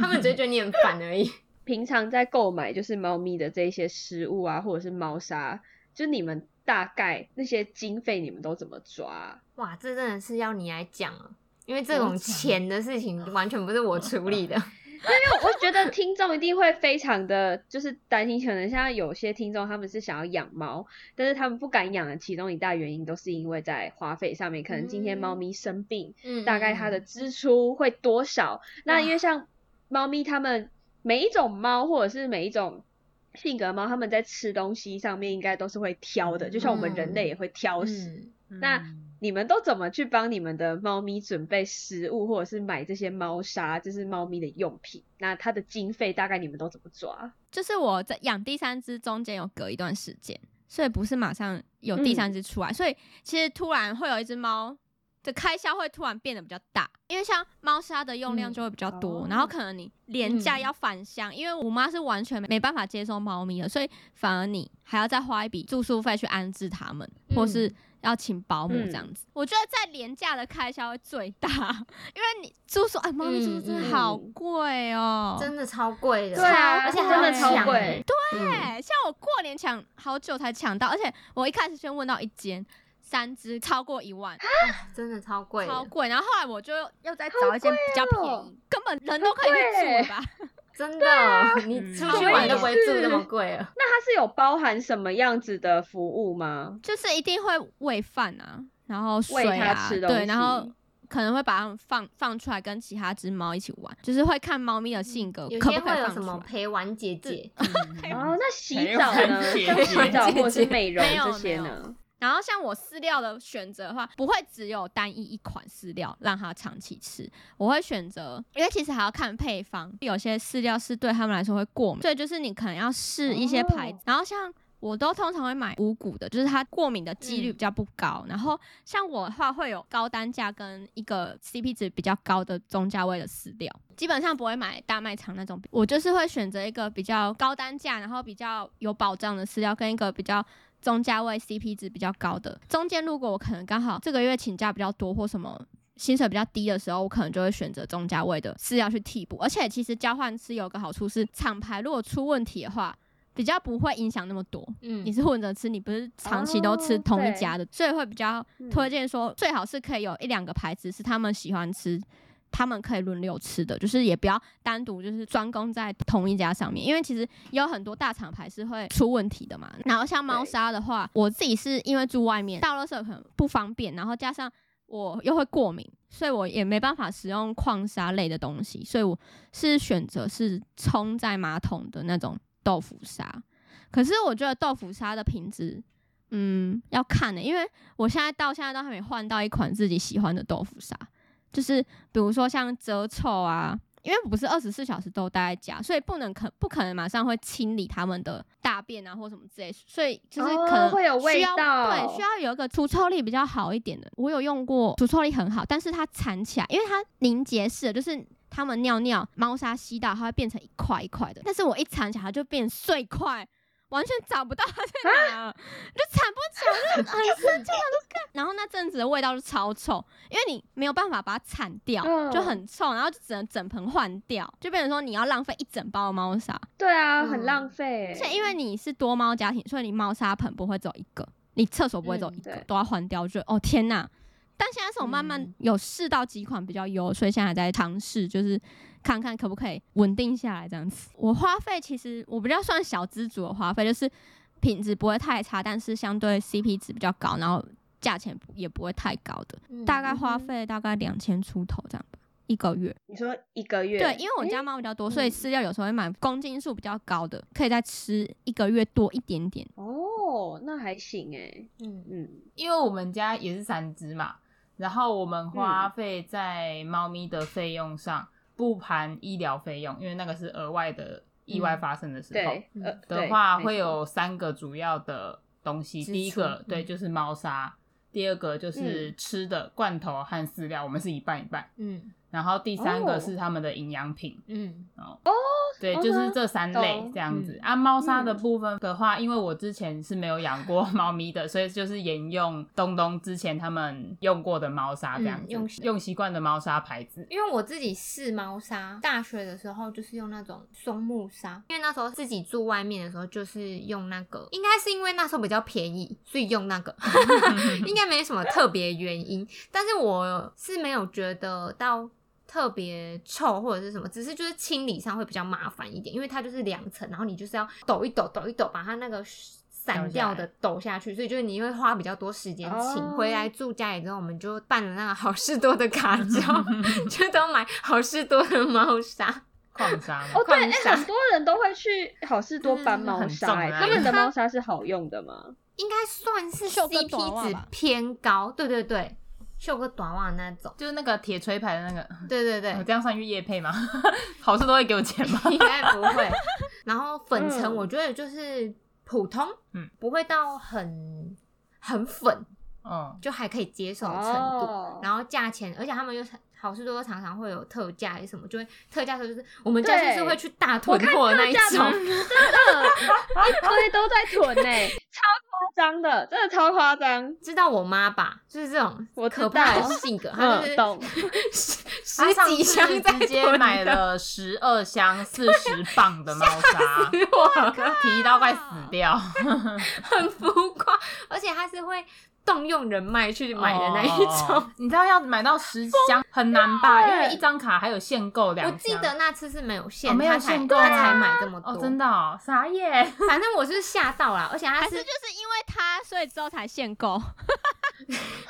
[SPEAKER 5] 他们只会觉得你很烦而已。
[SPEAKER 3] 平常在购买就是猫咪的这些食物啊，或者是猫砂，就你们大概那些经费你们都怎么抓啊？
[SPEAKER 5] 哇，这真的是要你来讲了，因为这种钱的事情完全不是我处理的。
[SPEAKER 3] 因为我觉得听众一定会非常的就是担心，可能现在有些听众他们是想要养猫，但是他们不敢养的其中一大原因都是因为在花费上面，可能今天猫咪生病，
[SPEAKER 5] 嗯，
[SPEAKER 3] 大概它的支出会多少？那因为像猫咪，它们每一种猫或者是每一种性格猫，它们在吃东西上面应该都是会挑的，就像我们人类也会挑食。
[SPEAKER 5] 嗯，
[SPEAKER 3] 那
[SPEAKER 4] 嗯
[SPEAKER 3] 你们都怎么去帮你们的猫咪准备食物，或者是买这些猫砂，就是猫咪的用品？那它的经费大概你们都怎么抓？
[SPEAKER 2] 就是我在养第三只中间有隔一段时间，所以不是马上有第三只出来，所以其实突然会有一只猫的开销会突然变得比较大，因为像猫砂的用量就会比较多，
[SPEAKER 3] 哦
[SPEAKER 2] 然后可能你廉价要返乡，因为我妈是完全没办法接受猫咪的，所以反而你还要再花一笔住宿费去安置它们，
[SPEAKER 5] 嗯
[SPEAKER 2] 或是要请保姆
[SPEAKER 3] 嗯
[SPEAKER 2] 这样子。我觉得在廉价的开销会最大， 因为你住宿啊，猫咪住宿真的好贵哦、
[SPEAKER 5] 真的超贵的，
[SPEAKER 3] 对啊
[SPEAKER 5] 而且还
[SPEAKER 2] 真
[SPEAKER 5] 要
[SPEAKER 2] 的超
[SPEAKER 5] 抢
[SPEAKER 3] 贵
[SPEAKER 5] 欸。对，
[SPEAKER 2] 对，像我过年抢好久才抢到，而且我一开始先问到一间，三只超过一万，
[SPEAKER 5] 真的超贵的，
[SPEAKER 2] 超贵。然后后来我就又再找一间比较便宜，
[SPEAKER 3] 好贵哦
[SPEAKER 2] 根本人都可以去住了吧？
[SPEAKER 5] 真的，你
[SPEAKER 4] 嗯
[SPEAKER 5] 出去玩都不会住
[SPEAKER 3] 我也是
[SPEAKER 5] 那么贵了。
[SPEAKER 3] 那它是有包含什么样子的服务吗？
[SPEAKER 2] 就是一定会喂饭啊，然后水
[SPEAKER 3] 喂它
[SPEAKER 2] 啊，
[SPEAKER 3] 吃东西
[SPEAKER 2] 对，然后。可能会把它们放放出来，跟其他只猫一起玩，就是会看猫咪的性格，
[SPEAKER 5] 嗯有
[SPEAKER 2] 可
[SPEAKER 5] 些
[SPEAKER 2] 不可
[SPEAKER 5] 会
[SPEAKER 2] 以
[SPEAKER 5] 有
[SPEAKER 2] 放
[SPEAKER 5] 什
[SPEAKER 2] 出
[SPEAKER 5] 么
[SPEAKER 2] 来？
[SPEAKER 5] 陪玩姐姐，
[SPEAKER 3] 哦，那洗
[SPEAKER 4] 没有
[SPEAKER 3] 澡呢？
[SPEAKER 4] 环节
[SPEAKER 3] 像洗澡
[SPEAKER 5] 环节
[SPEAKER 3] 或者是美容
[SPEAKER 2] 没有
[SPEAKER 3] 这些
[SPEAKER 2] 没
[SPEAKER 3] 呢
[SPEAKER 2] 有？然后像我饲料的选择的话，不会只有单一一款饲料让它长期吃，我会选择，因为其实还要看配方，有些饲料是对它们来说会过敏，所以就是你可能要试一些牌子。然后像我都通常会买五谷的，就是它过敏的几率比较不高。然后像我的话，会有高单价跟一个 CP 值比较高的中价位的饲料，基本上不会买大卖场那种。我就是会选择一个比较高单价，然后比较有保障的饲料，跟一个比较中价位 CP 值比较高的。中间如果我可能刚好这个月请假比较多或什么。薪水比较低的时候，我可能就会选择中价位的饲料去替补。而且其实交换吃有个好处是，厂牌如果出问题的话，比较不会影响那么多。
[SPEAKER 5] 嗯
[SPEAKER 2] 你，是混着吃，你不是长期都吃
[SPEAKER 3] 哦
[SPEAKER 2] 同一
[SPEAKER 3] 对
[SPEAKER 2] 家的，所以会比较
[SPEAKER 3] 嗯
[SPEAKER 2] 推荐说，最好是可以有一两个牌子是他们喜欢吃，他们可以轮流吃的，就是也不要单独就是专攻在同一家上面，因为其实有很多大厂牌是会出问题的嘛。然后像猫
[SPEAKER 3] 对
[SPEAKER 2] 砂的话，我自己是因为住外面，到垃圾可能不方便，然后加上我又会过敏，所以我也没办法使用矿砂类的东西，所以我是选择是冲在马桶的那种豆腐砂。可是我觉得豆腐砂的品质，嗯，要看的、因为我现在到现在都还没换到一款自己喜欢的豆腐砂，就是比如说像折臭啊，因为我不是二十四小时都待在家，所以不能可不可能马上会清理他们的大便啊或什么之类，所以就是
[SPEAKER 3] 哦
[SPEAKER 2] 可能
[SPEAKER 3] 会有味
[SPEAKER 2] 需要
[SPEAKER 3] 道
[SPEAKER 2] 对，需要有一个除臭力比较好一点的。我有用过，除臭力很好，但是它缠起来，因为它凝结式的，就是。它们尿尿，猫砂吸到，它会变成一块一块的。但是我一缠起来，它就变碎块，完全找不到它在
[SPEAKER 3] 啊
[SPEAKER 2] 哪了，就缠不起来，我就很生气，我就看。然后那阵子的味道就超臭，因为你没有办法把它铲掉，
[SPEAKER 3] 嗯
[SPEAKER 2] 就很臭，然后就只能整盆换掉，就变成说你要浪费一整包的猫砂。
[SPEAKER 3] 对啊，很
[SPEAKER 5] 嗯
[SPEAKER 3] 浪费欸
[SPEAKER 2] 而。且因为你是多猫家庭，所以你猫砂盆不会只有一个，你厕所不会只有一个，
[SPEAKER 3] 嗯对
[SPEAKER 2] 都要换掉。就哦天哪！但现在是我慢慢
[SPEAKER 5] 嗯
[SPEAKER 2] 有试到几款比较优，所以现在还在尝试，就是看看可不可以稳定下来这样子。我花费其实我比较算小资主的花费，就是品质不会太差，但是相对 CP 值比较高，然后价钱也不会太高的，
[SPEAKER 5] 嗯
[SPEAKER 2] 大概花
[SPEAKER 3] 嗯哼
[SPEAKER 2] 费大概两千出头这样吧，一个月。
[SPEAKER 3] 你说一个月，
[SPEAKER 2] 对，因嗯为我家猫比较多，所以饲料有时候会买公斤数比较高的，可以再吃一个月多一点点。
[SPEAKER 3] 哦，那还行哎，
[SPEAKER 5] 嗯，
[SPEAKER 3] 嗯，
[SPEAKER 4] 因为我们家也是三只嘛，然后我
[SPEAKER 3] 嗯
[SPEAKER 4] 们花费在猫咪的费用上，不含医疗费用，因为那个是额外的意外发生的时候、
[SPEAKER 3] 嗯对，呃，
[SPEAKER 5] 嗯
[SPEAKER 4] 的
[SPEAKER 3] 对
[SPEAKER 4] 话，
[SPEAKER 3] 没
[SPEAKER 4] 会
[SPEAKER 3] 错
[SPEAKER 4] 有三个主要的东西。
[SPEAKER 5] 支
[SPEAKER 4] 第一个
[SPEAKER 5] 出
[SPEAKER 4] 对
[SPEAKER 5] 嗯
[SPEAKER 4] 就是猫砂，第二个
[SPEAKER 3] 嗯
[SPEAKER 4] 就是吃的罐头和饲料，我们是一半一半。
[SPEAKER 5] 嗯
[SPEAKER 4] 然后第三
[SPEAKER 3] 哦
[SPEAKER 4] 个是他们的营养品，
[SPEAKER 5] 嗯
[SPEAKER 4] 对，
[SPEAKER 3] 嗯
[SPEAKER 4] 就是
[SPEAKER 3] 哼
[SPEAKER 4] 这三类
[SPEAKER 3] 懂
[SPEAKER 4] 这样子
[SPEAKER 5] 哦嗯。
[SPEAKER 4] 啊，猫砂的
[SPEAKER 3] 嗯
[SPEAKER 4] 部分的话，因为我之前是没有养过 猫咪的，所以就是沿用东东之前他们用过的猫砂这样
[SPEAKER 5] 嗯
[SPEAKER 4] 子
[SPEAKER 5] 用，
[SPEAKER 4] 用习惯的猫砂牌 子。
[SPEAKER 5] 因为我自己试猫砂，大学的时候就是用那种松木砂，因为那时候自己住外面的时候就是用那个，应该是因为那时候比较便宜，所以用那个， 应该没什么特别原因。但是我是没有觉得到特别臭或者是什么，只是就是清理上会比较麻烦一点，因为它就是两层，然后你就是要抖一抖、抖一抖，把它那个散掉的抖下去，所以就是你会花比较多时间清。
[SPEAKER 3] 哦
[SPEAKER 5] 回来住家里之后，我们就办了那个好事多的卡胶， 就都买好事多的猫砂。
[SPEAKER 4] 矿砂嘛
[SPEAKER 3] 哦，对，
[SPEAKER 5] 矿
[SPEAKER 3] 哎、
[SPEAKER 5] 砂
[SPEAKER 3] 很多人都会去好事多搬
[SPEAKER 5] 嗯
[SPEAKER 3] 猫
[SPEAKER 4] 很
[SPEAKER 3] 砂、
[SPEAKER 4] 重
[SPEAKER 3] 欸，
[SPEAKER 4] 啊
[SPEAKER 3] 他们的
[SPEAKER 5] 它
[SPEAKER 3] 猫砂是好用的吗？
[SPEAKER 5] 应该算是
[SPEAKER 2] 秀哥短
[SPEAKER 5] CP
[SPEAKER 2] 袜
[SPEAKER 5] 值
[SPEAKER 2] 吧
[SPEAKER 5] 偏高，对对对，秀个短袜那种，
[SPEAKER 4] 就是那个铁锤牌的那个，
[SPEAKER 5] 对对对
[SPEAKER 4] 我，这样算去夜配吗？ 好事都会给我钱 吗？
[SPEAKER 5] 应该不会。然后粉尘，
[SPEAKER 3] 嗯
[SPEAKER 5] 我觉得就是普通，
[SPEAKER 4] 嗯，
[SPEAKER 5] 不会到很很粉，
[SPEAKER 4] 嗯，
[SPEAKER 5] 就还可以接受的程度。
[SPEAKER 3] 哦，
[SPEAKER 5] 然后价钱，而且他们又好事多常常会有特价，什么就会特价的时候就是我们家就是
[SPEAKER 3] 对
[SPEAKER 5] 会去大
[SPEAKER 3] 我
[SPEAKER 5] 囤
[SPEAKER 3] 看
[SPEAKER 5] 货的那
[SPEAKER 3] 特
[SPEAKER 5] 一
[SPEAKER 3] 价
[SPEAKER 5] 种
[SPEAKER 3] 的，，真的，一堆都在囤呢、超夸张的，真的超夸张。
[SPEAKER 5] 知道我妈吧，就是这种
[SPEAKER 3] 我知
[SPEAKER 5] 可怕的
[SPEAKER 3] 道
[SPEAKER 5] 性格，她就
[SPEAKER 3] 嗯，
[SPEAKER 5] 是
[SPEAKER 3] 懂。
[SPEAKER 5] 十
[SPEAKER 4] 他
[SPEAKER 5] 十
[SPEAKER 4] 啊上
[SPEAKER 5] 几
[SPEAKER 4] 次
[SPEAKER 5] 箱在
[SPEAKER 4] 直接
[SPEAKER 5] 囤
[SPEAKER 4] 买
[SPEAKER 5] 的，
[SPEAKER 4] 了十二箱四十磅的猫砂，提到快死掉。
[SPEAKER 5] 很浮夸，而且她是会动用人脉去买的那一种。
[SPEAKER 4] 哦你知道要买到十箱很难吧？因
[SPEAKER 3] 疯了
[SPEAKER 4] 为一张卡还有限购两
[SPEAKER 5] 我
[SPEAKER 4] 箱。
[SPEAKER 5] 记得那次是没有限，
[SPEAKER 4] 哦没有
[SPEAKER 5] 她才
[SPEAKER 4] 限购
[SPEAKER 5] 她
[SPEAKER 4] 啊
[SPEAKER 5] 才买这么多，
[SPEAKER 4] 哦，真的哦，傻眼。
[SPEAKER 5] 反正我是吓到了，而且他
[SPEAKER 2] 还
[SPEAKER 5] 是
[SPEAKER 2] 是，啊就是因为它，所以之后才限购。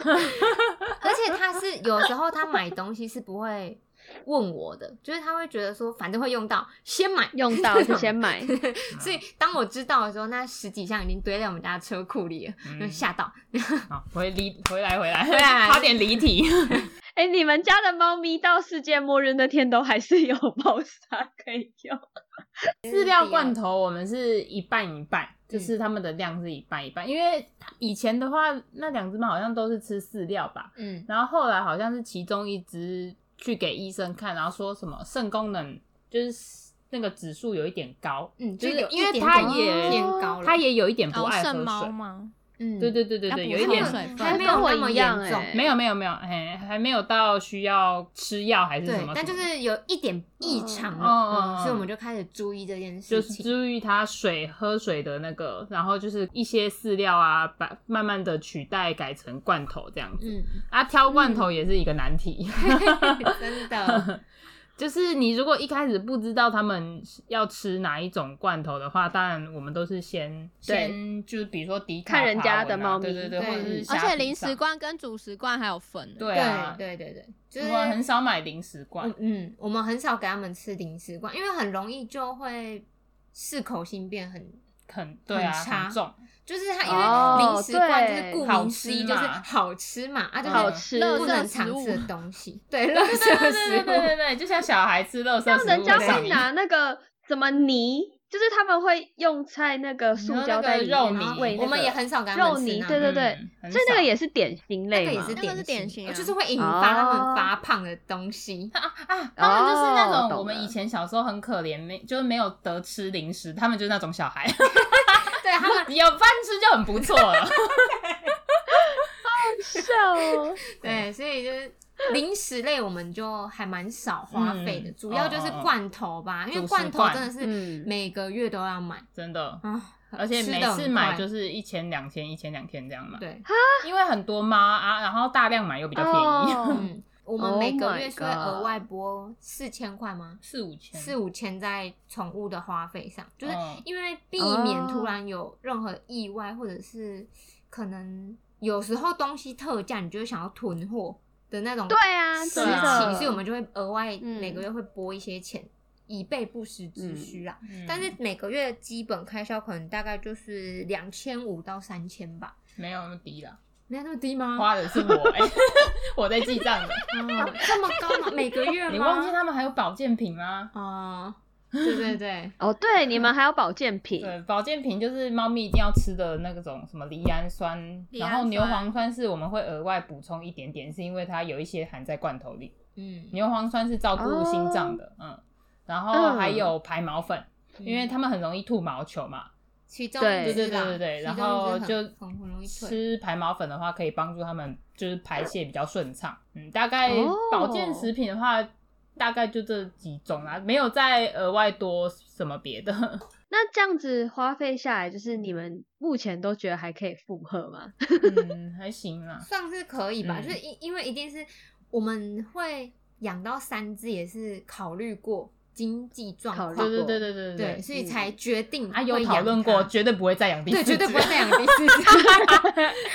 [SPEAKER 5] 而且他是有时候他买东西是不会问我的，就是他会觉得说反正会用到，先买。
[SPEAKER 3] 用到就先 买，
[SPEAKER 4] 嗯
[SPEAKER 5] 所以当我知道的时候，那十几箱已经堆在我们家车库里了，
[SPEAKER 4] 嗯
[SPEAKER 5] 就吓到。
[SPEAKER 4] 好，回离回来回来，
[SPEAKER 5] 来
[SPEAKER 4] 差点离 题。
[SPEAKER 3] 哎、你们家的猫咪到世界末日那天都还是有猫砂可以用。
[SPEAKER 4] 饲料罐头我们是一半一半，
[SPEAKER 5] 嗯
[SPEAKER 4] 就是它们的量是一半一半，因为以前的话，那两只猫好像都是吃饲料吧，
[SPEAKER 5] 嗯，
[SPEAKER 4] 然后后来好像是其中一只去给医生看，然后说什么肾功能就是那个指数有一点高，
[SPEAKER 5] 嗯，
[SPEAKER 4] 就是
[SPEAKER 5] 有
[SPEAKER 4] 因为
[SPEAKER 5] 一点
[SPEAKER 4] 它
[SPEAKER 5] 点哦
[SPEAKER 4] 也
[SPEAKER 5] 偏高了，
[SPEAKER 4] 它哦也有一点不
[SPEAKER 2] 哦，
[SPEAKER 4] 爱喝
[SPEAKER 2] 圣
[SPEAKER 4] 水。
[SPEAKER 2] 猫吗？
[SPEAKER 5] 嗯，
[SPEAKER 4] 对对对对对，
[SPEAKER 2] 要
[SPEAKER 4] 有
[SPEAKER 2] 补充
[SPEAKER 4] 一点
[SPEAKER 2] 水
[SPEAKER 5] 还
[SPEAKER 2] 分。
[SPEAKER 5] 没
[SPEAKER 3] 跟
[SPEAKER 5] 有
[SPEAKER 3] 我
[SPEAKER 5] 那么
[SPEAKER 3] 一样
[SPEAKER 5] 严重
[SPEAKER 3] 欸，
[SPEAKER 4] 没有没有没有，哎，还没有到需要吃药还是什
[SPEAKER 5] 对
[SPEAKER 4] 么，
[SPEAKER 5] 但
[SPEAKER 4] 什
[SPEAKER 5] 就
[SPEAKER 4] 么
[SPEAKER 5] 是有一点异常了，
[SPEAKER 4] 嗯嗯嗯
[SPEAKER 5] 嗯所以我们就开始注意这件
[SPEAKER 4] 就
[SPEAKER 5] 事
[SPEAKER 4] 是
[SPEAKER 5] 情。
[SPEAKER 4] 注意它水喝水的那个，然后就是一些饲料啊，把慢慢的取代改成罐头这样子。
[SPEAKER 5] 嗯，
[SPEAKER 4] 啊，挑罐头也是一个难 题。
[SPEAKER 5] 真 的，
[SPEAKER 4] 就是你如果一开始不知道他们要吃哪一种罐头的话，当然我们都是先
[SPEAKER 3] 对
[SPEAKER 4] 先就是比如说迪卡
[SPEAKER 3] 看人家
[SPEAKER 4] 爬文啊
[SPEAKER 3] 的猫咪
[SPEAKER 4] 对对对，
[SPEAKER 5] 对
[SPEAKER 4] 或者是
[SPEAKER 2] 嗯而
[SPEAKER 4] 虾
[SPEAKER 2] 且
[SPEAKER 4] 皮
[SPEAKER 2] 零食
[SPEAKER 4] 上
[SPEAKER 2] 罐跟主食罐还有分。
[SPEAKER 4] 对啊
[SPEAKER 5] 对，对对对，就是
[SPEAKER 4] 我很少买零食罐
[SPEAKER 5] 嗯，嗯，我们很少给他们吃零食罐，因为很容易就会适口性变很，
[SPEAKER 4] 很对啊
[SPEAKER 5] 很差
[SPEAKER 4] 很重，
[SPEAKER 5] 就是它
[SPEAKER 3] 哦
[SPEAKER 5] 因为零食罐就是
[SPEAKER 3] 对
[SPEAKER 5] 顾
[SPEAKER 4] 好
[SPEAKER 5] 名思义
[SPEAKER 4] 吃
[SPEAKER 5] 就是
[SPEAKER 4] 嘛
[SPEAKER 5] 好吃嘛，啊就
[SPEAKER 3] 好
[SPEAKER 5] 是
[SPEAKER 3] 吃，
[SPEAKER 2] 垃
[SPEAKER 5] 不
[SPEAKER 2] 圾
[SPEAKER 5] 能
[SPEAKER 2] 食
[SPEAKER 5] 常
[SPEAKER 2] 物
[SPEAKER 5] 吃的东西，对，垃圾
[SPEAKER 4] 对对对对
[SPEAKER 5] 食
[SPEAKER 4] 对对，就像小孩吃垃圾食
[SPEAKER 3] 像
[SPEAKER 4] 物
[SPEAKER 3] 人家
[SPEAKER 4] 会上
[SPEAKER 3] 会
[SPEAKER 4] 瘾
[SPEAKER 3] 拿那个什么泥，就是他们会用在那个塑胶袋里
[SPEAKER 4] 你说
[SPEAKER 3] 面
[SPEAKER 4] 那
[SPEAKER 5] 物，
[SPEAKER 4] 个肉泥
[SPEAKER 3] 喂那
[SPEAKER 5] 我
[SPEAKER 3] 个
[SPEAKER 5] 们也很少给他
[SPEAKER 3] 肉
[SPEAKER 5] 们吃
[SPEAKER 3] 泥，
[SPEAKER 5] 那
[SPEAKER 3] 对
[SPEAKER 5] 个。
[SPEAKER 3] 对对，
[SPEAKER 4] 嗯很
[SPEAKER 3] 所以那
[SPEAKER 4] 少
[SPEAKER 3] 个也是典型
[SPEAKER 5] 那
[SPEAKER 3] 类
[SPEAKER 5] 个也
[SPEAKER 3] 嘛
[SPEAKER 5] 是
[SPEAKER 2] 那个是
[SPEAKER 5] 点
[SPEAKER 2] 点
[SPEAKER 5] 心，
[SPEAKER 2] 心
[SPEAKER 5] 呃
[SPEAKER 2] 啊
[SPEAKER 5] 就是会引发他们
[SPEAKER 3] 哦
[SPEAKER 5] 发胖的东 西。
[SPEAKER 4] 啊，他们就是那
[SPEAKER 3] 哦
[SPEAKER 4] 种
[SPEAKER 3] 懂
[SPEAKER 4] 我们
[SPEAKER 3] 了
[SPEAKER 4] 以前小时候很可怜，没就是没有得吃零食，他们就是那种小孩，
[SPEAKER 5] 对他们，
[SPEAKER 4] 有饭吃就很不错了。
[SPEAKER 3] 是哦，
[SPEAKER 5] 对，所以就是零食类我们就还蛮少花费的，
[SPEAKER 4] 嗯
[SPEAKER 5] 主要就是
[SPEAKER 4] 哦哦哦
[SPEAKER 5] 罐头吧，因为
[SPEAKER 4] 主食
[SPEAKER 5] 罐头
[SPEAKER 4] 罐
[SPEAKER 5] 真的是
[SPEAKER 3] 嗯
[SPEAKER 5] 每个月都要买
[SPEAKER 4] 真的。
[SPEAKER 5] 啊，
[SPEAKER 4] 而且
[SPEAKER 5] 吃
[SPEAKER 4] 每
[SPEAKER 5] 得
[SPEAKER 4] 次
[SPEAKER 5] 很
[SPEAKER 4] 买
[SPEAKER 5] 快
[SPEAKER 4] 就是一千两千一千两千这样嘛，
[SPEAKER 5] 对，
[SPEAKER 4] 因为很多猫啊，然后大量买又比较便宜，
[SPEAKER 3] 哦
[SPEAKER 5] 嗯，我们
[SPEAKER 3] Oh
[SPEAKER 5] 每个
[SPEAKER 3] my
[SPEAKER 5] 月是会额外拨四千块吗？
[SPEAKER 4] 四五千，
[SPEAKER 5] 四五千在宠物的花费上，就是
[SPEAKER 4] 嗯
[SPEAKER 5] 因为避免
[SPEAKER 3] 哦
[SPEAKER 5] 突然有任何意外，或者是可能有时候东西特价，你就会想要囤货，的那种
[SPEAKER 2] 对啊，
[SPEAKER 5] 实
[SPEAKER 3] 真的
[SPEAKER 5] 情，所以我们就会额外
[SPEAKER 2] 嗯
[SPEAKER 5] 每个月会拨一些钱，以备不时之需啊啦。
[SPEAKER 4] 嗯
[SPEAKER 5] 但是每个月基本开销可能大概就是两千五到三千吧，
[SPEAKER 4] 没有那么低了，
[SPEAKER 5] 没有那么低吗？
[SPEAKER 4] 花的是我哎、我在记账的。
[SPEAKER 5] 哦这么高吗？每个月吗？
[SPEAKER 4] 你忘记他们还有保健品吗？
[SPEAKER 5] 哦，对对对，
[SPEAKER 3] 哦，对，你们还有保健品，
[SPEAKER 4] 对，保健品就是猫咪一定要吃的那个种什么赖氨酸，
[SPEAKER 2] 赖氨酸
[SPEAKER 4] 然后牛磺酸是我们会额外补充一点点，是因为它有一些含在罐头里。
[SPEAKER 5] 嗯，
[SPEAKER 4] 牛磺酸是照顾心脏的，嗯，然后还有排毛粉，因为
[SPEAKER 5] 嗯
[SPEAKER 4] 它们很容易吐毛球嘛，
[SPEAKER 5] 其中
[SPEAKER 3] 对
[SPEAKER 5] 一只
[SPEAKER 4] 对对
[SPEAKER 5] 啦
[SPEAKER 4] 对对
[SPEAKER 5] 其
[SPEAKER 4] 然
[SPEAKER 5] 中一
[SPEAKER 4] 后
[SPEAKER 5] 只
[SPEAKER 4] 就
[SPEAKER 5] 很很很容易退。
[SPEAKER 4] 吃排毛粉的话，可以帮助它们就是排泄比较顺畅。嗯，大概
[SPEAKER 3] 哦
[SPEAKER 4] 保健食品的话，大概就这几种啦，没有再额外多什么 别的。
[SPEAKER 3] 那这样子花费下来，就是你们目前都觉得还可以负荷吗？
[SPEAKER 4] 嗯，还行啦。
[SPEAKER 5] 算是可以吧，
[SPEAKER 4] 嗯
[SPEAKER 5] 就是因因为一定是我们会养到三只，也是考虑过经济状
[SPEAKER 3] 考
[SPEAKER 5] 况，
[SPEAKER 3] 虑
[SPEAKER 4] 对
[SPEAKER 3] 过
[SPEAKER 4] 对对对对嗯
[SPEAKER 5] 对所以才决定
[SPEAKER 4] 啊，有
[SPEAKER 5] 会养
[SPEAKER 4] 讨论过，
[SPEAKER 5] 它
[SPEAKER 4] 绝对不会再养第四
[SPEAKER 5] 对，
[SPEAKER 4] 只，
[SPEAKER 5] 绝对不会再养第四只。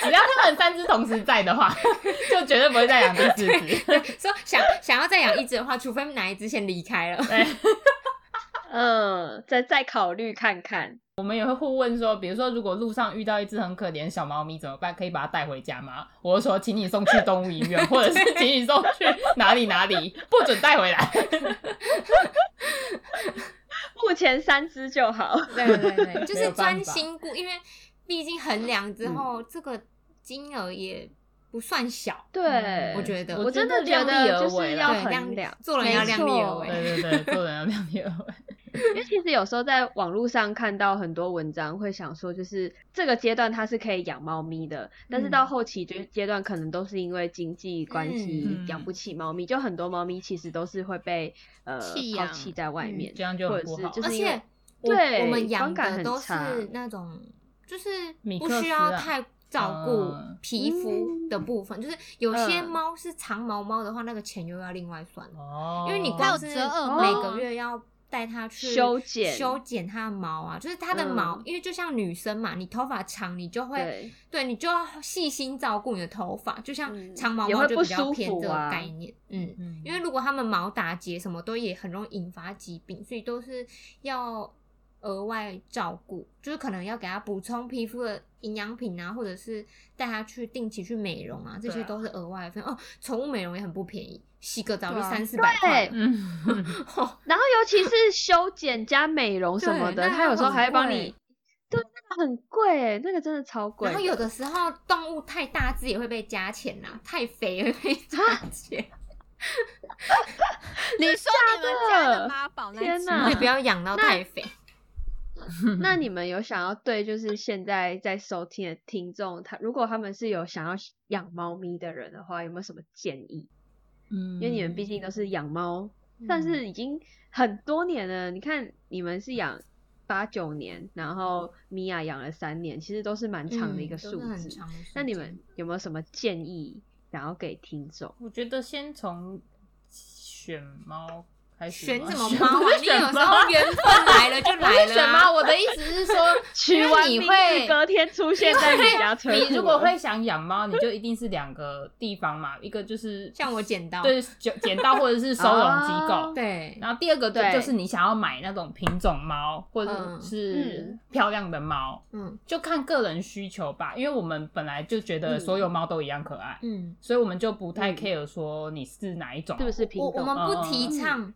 [SPEAKER 4] 只要他们三只同时在的话，就绝对不会再养第四 只。
[SPEAKER 5] 说想想要再养一只的话，除非哪一只先离开了。
[SPEAKER 4] 对，
[SPEAKER 3] 嗯，再再考虑看看。
[SPEAKER 4] 我们也会互问说，比如说，如果路上遇到一只很可怜的小猫咪怎么办？可以把它带回家吗？我就说，请你送去动物医院，或者是请你送去哪里哪里，不准带回来。
[SPEAKER 3] 目前三只就好。
[SPEAKER 5] 对对对，就
[SPEAKER 4] 没有
[SPEAKER 5] 是
[SPEAKER 4] 办
[SPEAKER 5] 专
[SPEAKER 4] 法
[SPEAKER 5] 心顾，因为毕竟衡量之后，这个金额也不算小。
[SPEAKER 3] 对，
[SPEAKER 5] 我觉得
[SPEAKER 3] 我真的觉
[SPEAKER 4] 量力
[SPEAKER 3] 得
[SPEAKER 4] 而
[SPEAKER 3] 就是
[SPEAKER 4] 为啦
[SPEAKER 3] 要
[SPEAKER 5] 对量
[SPEAKER 3] 衡量，
[SPEAKER 5] 做人要
[SPEAKER 3] 没
[SPEAKER 5] 量力而
[SPEAKER 3] 错
[SPEAKER 5] 为。
[SPEAKER 4] 对对对，做人要量力而为。
[SPEAKER 3] 因为其实有时候在网络上看到很多文章，会想说，就是这个阶段它是可以养猫咪的，但是到
[SPEAKER 5] 嗯
[SPEAKER 3] 后期阶阶段，可能都是因为经济关系
[SPEAKER 4] 嗯
[SPEAKER 3] 养不起猫咪，就很多猫咪其实都是会被呃
[SPEAKER 2] 弃
[SPEAKER 3] 抛
[SPEAKER 2] 养
[SPEAKER 3] 弃在外面
[SPEAKER 4] 这，样就
[SPEAKER 3] 或
[SPEAKER 4] 很
[SPEAKER 3] 者
[SPEAKER 4] 不
[SPEAKER 3] 是
[SPEAKER 4] 好。
[SPEAKER 3] 就
[SPEAKER 5] 嗯而
[SPEAKER 3] 是因为
[SPEAKER 5] 且我
[SPEAKER 3] 对
[SPEAKER 5] 我们养
[SPEAKER 3] 观感
[SPEAKER 5] 的
[SPEAKER 3] 很
[SPEAKER 5] 都是
[SPEAKER 3] 差
[SPEAKER 5] 那种，就是
[SPEAKER 4] 米
[SPEAKER 5] 不
[SPEAKER 4] 克
[SPEAKER 5] 需
[SPEAKER 4] 斯
[SPEAKER 5] 要
[SPEAKER 4] 啊
[SPEAKER 5] 太照顾
[SPEAKER 4] 嗯
[SPEAKER 5] 皮肤的部分，就是有些
[SPEAKER 3] 嗯
[SPEAKER 5] 猫是长毛猫的话，那个钱又要另外算了，
[SPEAKER 4] 哦
[SPEAKER 5] 因为你
[SPEAKER 2] 还
[SPEAKER 5] 光
[SPEAKER 2] 有
[SPEAKER 5] 是
[SPEAKER 2] 折耳
[SPEAKER 3] 猫
[SPEAKER 5] 每
[SPEAKER 2] 啊
[SPEAKER 5] 个月要。带它去
[SPEAKER 3] 修剪
[SPEAKER 5] 修剪它的毛啊，就是它的毛，
[SPEAKER 3] 嗯
[SPEAKER 5] 因为就像女生嘛，你头发长，你就会
[SPEAKER 3] 对
[SPEAKER 5] 对你就要细心照顾你的头发，就像
[SPEAKER 3] 嗯
[SPEAKER 5] 长毛
[SPEAKER 3] 也
[SPEAKER 5] 猫
[SPEAKER 3] 会
[SPEAKER 5] 就
[SPEAKER 3] 不
[SPEAKER 5] 比较
[SPEAKER 3] 舒
[SPEAKER 5] 偏
[SPEAKER 3] 服
[SPEAKER 5] 这个
[SPEAKER 3] 啊
[SPEAKER 5] 概念，嗯，
[SPEAKER 4] 嗯
[SPEAKER 5] 因为如果他们毛打结什么都也很容易引发疾病，所以都是要额外照顾，就是可能要给他补充皮肤的营养品啊，或者是带他去定期去美容啊，这
[SPEAKER 4] 对
[SPEAKER 5] 些
[SPEAKER 4] 啊
[SPEAKER 5] 都是额外的费用。哦，宠物美容也很不便宜，洗个澡就
[SPEAKER 2] 对啊
[SPEAKER 5] 三四百块了。
[SPEAKER 4] 嗯，
[SPEAKER 3] 然后尤其是修剪加美容什么
[SPEAKER 5] 对
[SPEAKER 3] 的，
[SPEAKER 5] 那
[SPEAKER 3] 它有时候
[SPEAKER 5] 很
[SPEAKER 3] 还会帮
[SPEAKER 5] 贵
[SPEAKER 3] 你，对，那个很贵欸，那个真的超贵
[SPEAKER 5] 然
[SPEAKER 3] 的。
[SPEAKER 5] 后有的时候动物太大只也会被加钱啦、太肥也会被
[SPEAKER 3] 啊
[SPEAKER 5] 加钱。
[SPEAKER 2] 你说你们家的妈宝那
[SPEAKER 3] 天
[SPEAKER 2] 只
[SPEAKER 3] 哪
[SPEAKER 5] 你不要养到太肥。
[SPEAKER 3] 那
[SPEAKER 5] 嗯
[SPEAKER 3] 你们有想要对就是现在在收听的听众，他如果他们是有想要养猫咪的人的话，有没有什么建议？
[SPEAKER 4] 因
[SPEAKER 3] 因为你们毕竟
[SPEAKER 5] 嗯
[SPEAKER 3] 都是养猫，但是已经很多年了。你看你们是养八九年，然后米娅养了三年，其实都是蛮长的一个
[SPEAKER 5] 嗯都是
[SPEAKER 3] 数
[SPEAKER 5] 很
[SPEAKER 3] 字。
[SPEAKER 5] 长的时
[SPEAKER 3] 那你
[SPEAKER 5] 间
[SPEAKER 3] 们有没有什么建议想要给听众？
[SPEAKER 4] 我觉得先从选猫开始
[SPEAKER 5] 选
[SPEAKER 4] 吗，
[SPEAKER 5] 什么
[SPEAKER 4] 选
[SPEAKER 5] 猫啊？你有时
[SPEAKER 4] 不是选猫
[SPEAKER 5] 候缘分来了就
[SPEAKER 4] 不
[SPEAKER 5] 来
[SPEAKER 4] 是
[SPEAKER 5] 了
[SPEAKER 4] 选
[SPEAKER 5] 啊
[SPEAKER 4] 猫，。我的意思 是说，
[SPEAKER 3] 取
[SPEAKER 4] 因
[SPEAKER 3] 完
[SPEAKER 4] 为你
[SPEAKER 3] 名
[SPEAKER 4] 会
[SPEAKER 3] 字隔天出现在你家车库
[SPEAKER 4] 你如果
[SPEAKER 3] 了
[SPEAKER 4] 会想养猫，你就一定是两个地方嘛，一个就是
[SPEAKER 5] 像我捡到，
[SPEAKER 4] 对捡捡到或者是收容机构
[SPEAKER 3] 哦，
[SPEAKER 5] 对，
[SPEAKER 4] 然后第二个就
[SPEAKER 3] 对
[SPEAKER 4] 就是你想要买那种品种猫或者
[SPEAKER 5] 嗯
[SPEAKER 4] 是
[SPEAKER 3] 嗯
[SPEAKER 4] 漂亮的猫，
[SPEAKER 5] 嗯
[SPEAKER 4] 就看个人需求吧。因为我们本来就觉得
[SPEAKER 3] 嗯
[SPEAKER 4] 所有猫都一样可爱，
[SPEAKER 5] 嗯，
[SPEAKER 4] 所以我们就不太
[SPEAKER 3] 嗯
[SPEAKER 4] care 说你是哪一种，
[SPEAKER 3] 是不是品
[SPEAKER 5] 我我
[SPEAKER 3] 种？
[SPEAKER 5] 们不
[SPEAKER 4] 嗯
[SPEAKER 5] 提倡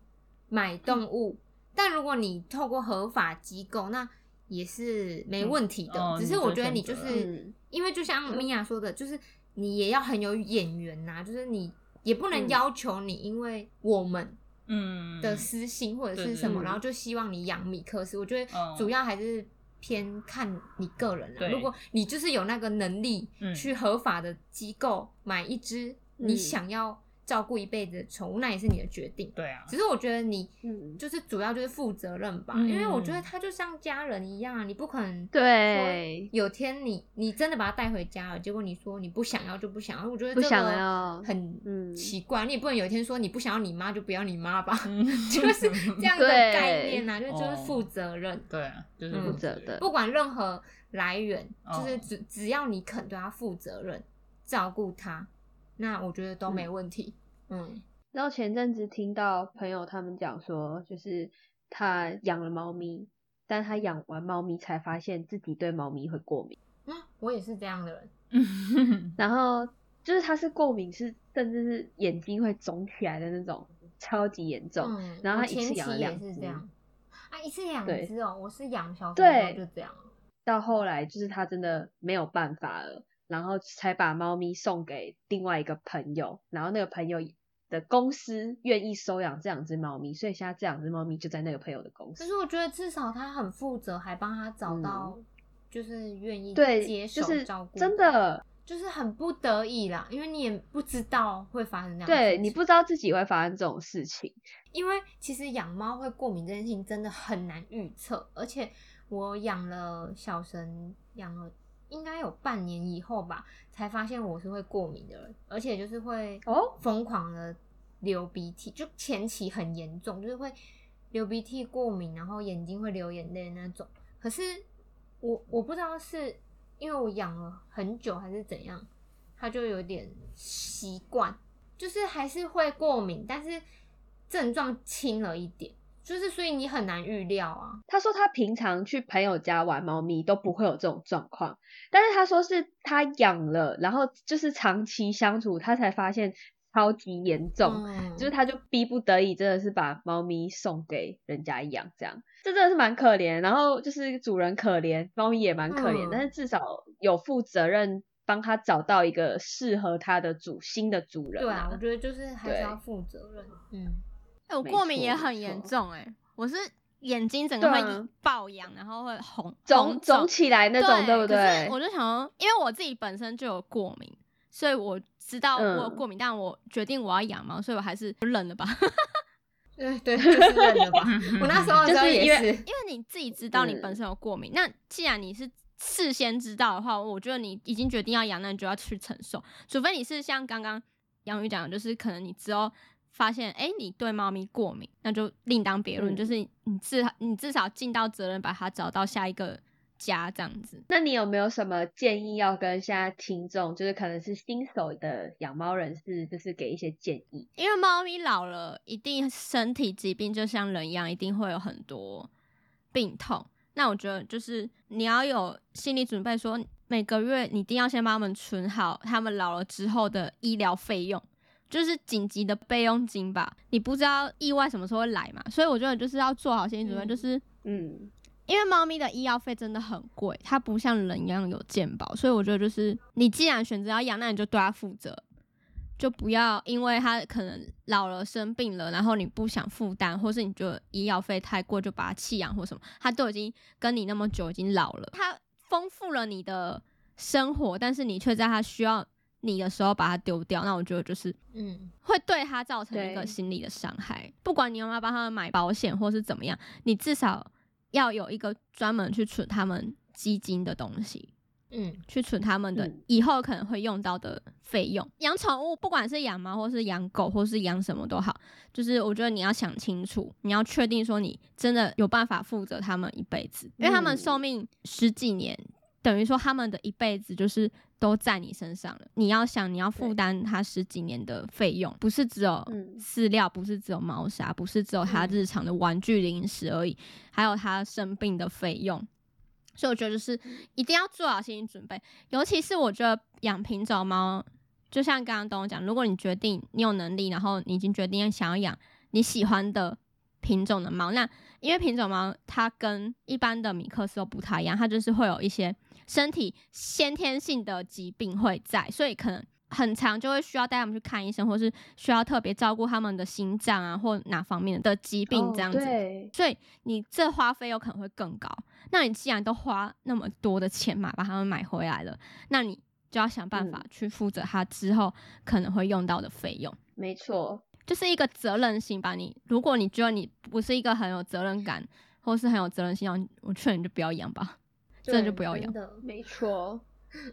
[SPEAKER 5] 买动物，但如果你透过合法机构，那也是没问题的。
[SPEAKER 4] 嗯哦
[SPEAKER 5] 只是我觉得你就
[SPEAKER 4] 你
[SPEAKER 5] 是、
[SPEAKER 3] 嗯
[SPEAKER 5] 因为就像米娅说的，就是你也要很有眼缘呐、就是你也不能要求你，因为我们
[SPEAKER 4] 嗯
[SPEAKER 5] 的私心或者
[SPEAKER 4] 对
[SPEAKER 5] 是
[SPEAKER 4] 对
[SPEAKER 5] 什么，
[SPEAKER 3] 对
[SPEAKER 5] 然后就希望你养米克斯。我觉
[SPEAKER 4] 嗯
[SPEAKER 5] 得主要还是偏看你个人啦、
[SPEAKER 4] 对
[SPEAKER 5] 如果你就是有那个能力
[SPEAKER 4] 嗯
[SPEAKER 5] 去合法的机构买一只你
[SPEAKER 3] 嗯
[SPEAKER 5] 想要照顾一辈子的宠物，那也是你的决定。
[SPEAKER 4] 对 啊，
[SPEAKER 5] 只是我觉得你
[SPEAKER 3] 嗯，
[SPEAKER 5] 就是主要就是负责任吧，
[SPEAKER 4] 嗯
[SPEAKER 5] 因为我觉得它就像家人一样啊，你不可能
[SPEAKER 3] 对，
[SPEAKER 5] 有天你你真的把它带回家了，结果你说你不想要就不想要，我觉得
[SPEAKER 3] 不
[SPEAKER 5] 这
[SPEAKER 3] 想
[SPEAKER 5] 个
[SPEAKER 3] 要
[SPEAKER 5] 很
[SPEAKER 3] 嗯
[SPEAKER 5] 奇怪，你也不能有一天说你不想要你妈就不要你妈吧，
[SPEAKER 4] 嗯
[SPEAKER 5] 就是这样的
[SPEAKER 3] 对
[SPEAKER 5] 概念啊，就是就是
[SPEAKER 4] 哦
[SPEAKER 5] 负责任，
[SPEAKER 4] 对啊，就是
[SPEAKER 5] 嗯
[SPEAKER 4] 负
[SPEAKER 3] 负责 的
[SPEAKER 5] 不管任何来源，
[SPEAKER 4] 哦
[SPEAKER 5] 就是只只要你肯对它负责任，照顾它，那我觉得都没问题。嗯，
[SPEAKER 3] 然后前阵子听到朋友他们讲说，就是他养了猫咪，但他养完猫咪才发现自己对猫咪会过敏，
[SPEAKER 5] 那、我也是这样的人。
[SPEAKER 3] 然后就是他是过敏是甚至是眼睛会肿起来的那种，超级严重。
[SPEAKER 5] 嗯，
[SPEAKER 3] 然后
[SPEAKER 5] 我
[SPEAKER 3] 他一
[SPEAKER 5] 前
[SPEAKER 3] 次养
[SPEAKER 5] 期也
[SPEAKER 3] 了两
[SPEAKER 5] 是
[SPEAKER 3] 只
[SPEAKER 5] 这样啊，一次养
[SPEAKER 3] 对
[SPEAKER 5] 只哦，我是养小时候
[SPEAKER 3] 对
[SPEAKER 5] 就这样了。
[SPEAKER 3] 到后来就是他真的没有办法了，然后才把猫咪送给另外一个朋友，然后那个朋友的公司愿意收养这两只猫咪，所以现在这两只猫咪就在那个朋友的公
[SPEAKER 5] 可
[SPEAKER 3] 司
[SPEAKER 5] 是。我觉得至少他很负责，还帮他找
[SPEAKER 3] 嗯
[SPEAKER 5] 到就是愿意接
[SPEAKER 3] 对，
[SPEAKER 5] 手
[SPEAKER 3] 就是
[SPEAKER 5] 照顾，
[SPEAKER 3] 真的，
[SPEAKER 5] 就是很不得已啦，因为你也不知道会发生那样的事情。
[SPEAKER 3] 对你不知道自己会发生这种事情。
[SPEAKER 5] 因为其实养猫会过敏这件事情真的很难预测，而且我养了小神，养了应该有半年以后吧，才发现我是会过敏的人，而且就是会
[SPEAKER 3] 哦
[SPEAKER 5] 疯狂的流鼻涕，就前期很严重，就是会流鼻涕过敏，然后眼睛会流眼泪那种。可是我我不知道是因为我养了很久还是怎样，它就有点习惯，就是还是会过敏，但是症状轻了一点，就是所以你很难预料啊。
[SPEAKER 3] 他说他平常去朋友家玩猫咪都不会有这种状况，但是他说是他养了，然后就是长期相处，他才发现超级严重，
[SPEAKER 5] 嗯
[SPEAKER 3] 就是他就逼不得已，真的是把猫咪送给人家养，这样这真的是蛮可怜。然后就是主人可怜，猫咪也蛮可怜，
[SPEAKER 5] 嗯
[SPEAKER 3] 但是至少有负责任帮他找到一个适合他的主新的主人、
[SPEAKER 5] 对啊，我觉得就是还是
[SPEAKER 3] 呃对
[SPEAKER 5] 要负责任。嗯，
[SPEAKER 2] 哎、我
[SPEAKER 3] 没
[SPEAKER 2] 过敏也
[SPEAKER 3] 错
[SPEAKER 2] 很
[SPEAKER 3] 没
[SPEAKER 2] 严
[SPEAKER 3] 错
[SPEAKER 2] 重、哎，我是眼睛整个
[SPEAKER 3] 对
[SPEAKER 2] 会
[SPEAKER 3] 啊
[SPEAKER 2] 爆痒，然后会红
[SPEAKER 3] 肿
[SPEAKER 2] 红肿
[SPEAKER 3] 肿起来那种，对不
[SPEAKER 2] 可
[SPEAKER 3] 对
[SPEAKER 2] 是？我就想说，因为我自己本身就有过敏，所以我知道我有
[SPEAKER 3] 嗯
[SPEAKER 2] 过敏，但我决定我要养猫，所以我还是忍了吧。
[SPEAKER 5] 对对，就是认了 吧。我那时候的时候
[SPEAKER 3] 就是因
[SPEAKER 5] 也
[SPEAKER 3] 为
[SPEAKER 5] 是，
[SPEAKER 2] 因为你自己知道你本身有过敏，那既然你是事先知道的话，我觉得你已经决定要养，那你就要去承受，除非你是像刚刚杨宇讲的，就是可能你之后。发现哎、诶你对猫咪过敏，那就另当别论。
[SPEAKER 3] 嗯
[SPEAKER 2] 就是你至你至少尽到责任，把它找到下一个家这样子。
[SPEAKER 3] 那你有没有什么建议要跟现在听众，就是可能是新手的养猫人士，就是给一些建议？
[SPEAKER 2] 因为猫咪老了，一定身体疾病就像人一样，一定会有很多病痛。那我觉得就是你要有心理准备说每个月你一定要先帮他们存好他们老了之后的医疗费用，就是紧急的备用金吧。你不知道意外什么时候会来嘛，所以我觉得就是要做好心理准备，
[SPEAKER 5] 嗯
[SPEAKER 2] 就是
[SPEAKER 3] 嗯，
[SPEAKER 2] 因为猫咪的医药费真的很贵，它不像人一样有健保，所以我觉得就是你既然选择要养，那你就对它负责，就不要因为它可能老了生病了，然后你不想负担，或是你觉得医药费太贵就把它弃养或什么，它都已经跟你那么久，已经老了，它丰富了你的生活，但是你却在它需要你的时候把它丢掉，那我觉得就是
[SPEAKER 5] 嗯，
[SPEAKER 2] 会对他造成一
[SPEAKER 3] 对
[SPEAKER 2] 个心理的伤害。不管你有没有帮他们买保险或是怎么样，你至少要有一个专门去存他们基金的东西，
[SPEAKER 5] 嗯，
[SPEAKER 2] 去存他们的
[SPEAKER 3] 嗯
[SPEAKER 2] 以后可能会用到的费用。养宠物，不管是养猫或是养狗或是养什么都好，就是我觉得你要想清楚，你要确定说你真的有办法负责他们一辈子，因为他们
[SPEAKER 3] 嗯
[SPEAKER 2] 寿命十几年，等于说他们的一辈子就是都在你身上了。你要想，你要负
[SPEAKER 3] 对
[SPEAKER 2] 担他十几年的费用，不是只有
[SPEAKER 3] 嗯
[SPEAKER 2] 饲料，不是只有猫砂，不是只有他
[SPEAKER 5] 嗯
[SPEAKER 2] 日常的玩具零食而已，还有他生病的费用。所以我觉得就是
[SPEAKER 3] 嗯
[SPEAKER 2] 一定要做好心理准备，尤其是我觉得养品种猫，就像刚刚东东讲，如果你决定你有能力，然后你已经决定想要养你喜欢的品种的猫，那因为品种猫它跟一般的米克斯都不太一样，它就是会有一些身体先天性的疾病会在，所以可能很长就会需要带他们去看医生，或是需要特别照顾他们的心脏啊或哪方面的疾病
[SPEAKER 3] 哦
[SPEAKER 2] 这样子。
[SPEAKER 3] 对，
[SPEAKER 2] 所以你这花费有可能会更高。那你既然都花那么多的钱嘛，把它们买回来了，那你就要想办法
[SPEAKER 3] 嗯
[SPEAKER 2] 去负责它之后可能会用到的费用，
[SPEAKER 3] 没错，
[SPEAKER 2] 就是一个责任心吧。你如果你觉得你不是一个很有责任感，或是很有责任心，那我劝你就不要养吧，真的就
[SPEAKER 5] 对
[SPEAKER 2] 不要养
[SPEAKER 5] 真。的
[SPEAKER 3] 没错，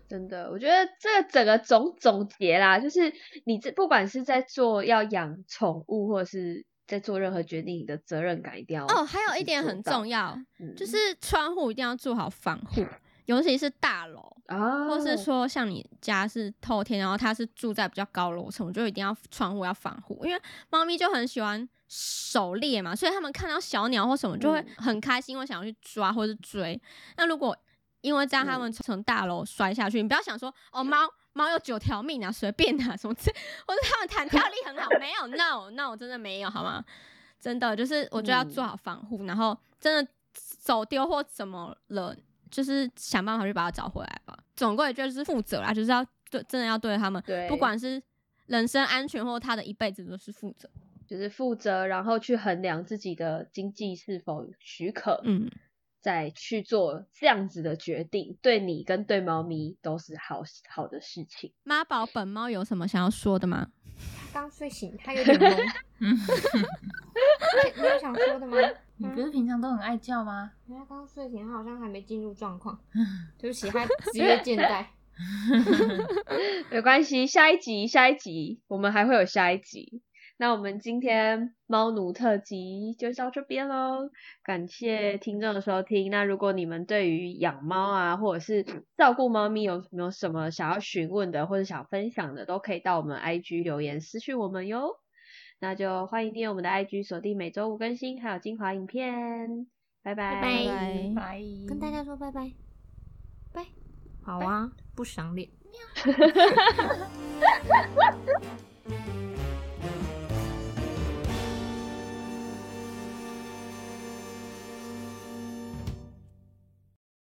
[SPEAKER 3] 真的，我觉得这个整个总总结啦，就是你这不管是在做要养宠物，或者是在做任何决定，你的责任感一定要
[SPEAKER 2] 哦，还有一点
[SPEAKER 3] 就是
[SPEAKER 2] 很
[SPEAKER 3] 做到
[SPEAKER 2] 重，要，
[SPEAKER 3] 嗯
[SPEAKER 2] 就是窗户一定要做好防护。尤其是大楼，
[SPEAKER 3] 啊，
[SPEAKER 2] 或是说像你家是透天，然后它是住在比较高楼层，我就一定要窗户要防护，因为猫咪就很喜欢狩猎嘛，所以它们看到小鸟或什么就会很开心，会想要去抓或是追。那如果因为这样它们从大楼摔下去，你不要想说哦猫。猫有九条命啊，随便啊，什么之类，或者它们弹跳力很好，没有，no no，真的没有，好吗？真的就是我就要做好防护，然后真的走丢或怎么了，就是想办法去把它找回来吧。总归就是负责啦，就是要对真的要对他们，
[SPEAKER 3] 对
[SPEAKER 2] 不管是人身安全或他的一辈子都是负责。
[SPEAKER 3] 就是负责，然后去衡量自己的经济是否许可，
[SPEAKER 2] 嗯，
[SPEAKER 3] 再去做这样子的决定，对你跟对猫咪都是好好的事情。
[SPEAKER 2] 妈宝本猫有什么想要说的吗？
[SPEAKER 5] 他刚睡醒，他有点懵。
[SPEAKER 4] 嗯，
[SPEAKER 5] 你有想说的吗？
[SPEAKER 4] 你不是平常都很爱叫吗？
[SPEAKER 5] 因为他刚睡醒，他好像还没进入状 况。对不起，他职业倦怠。
[SPEAKER 3] 没关系，下一集，下一集，我们还会有下一集。那我们今天猫奴特辑就到这边喽，感谢听众的收听。那如果你们对于养猫啊，或者是照顾猫咪有没有什么想要询问的，或者想分享的，都可以到我们 IG 留言私讯我们哟。那就欢迎订阅我们的 IG，锁定每周五更新，还有精华影片。拜拜
[SPEAKER 5] 拜拜
[SPEAKER 2] 拜
[SPEAKER 4] 拜，
[SPEAKER 5] 跟大家说拜拜，拜，好啊，不赏脸。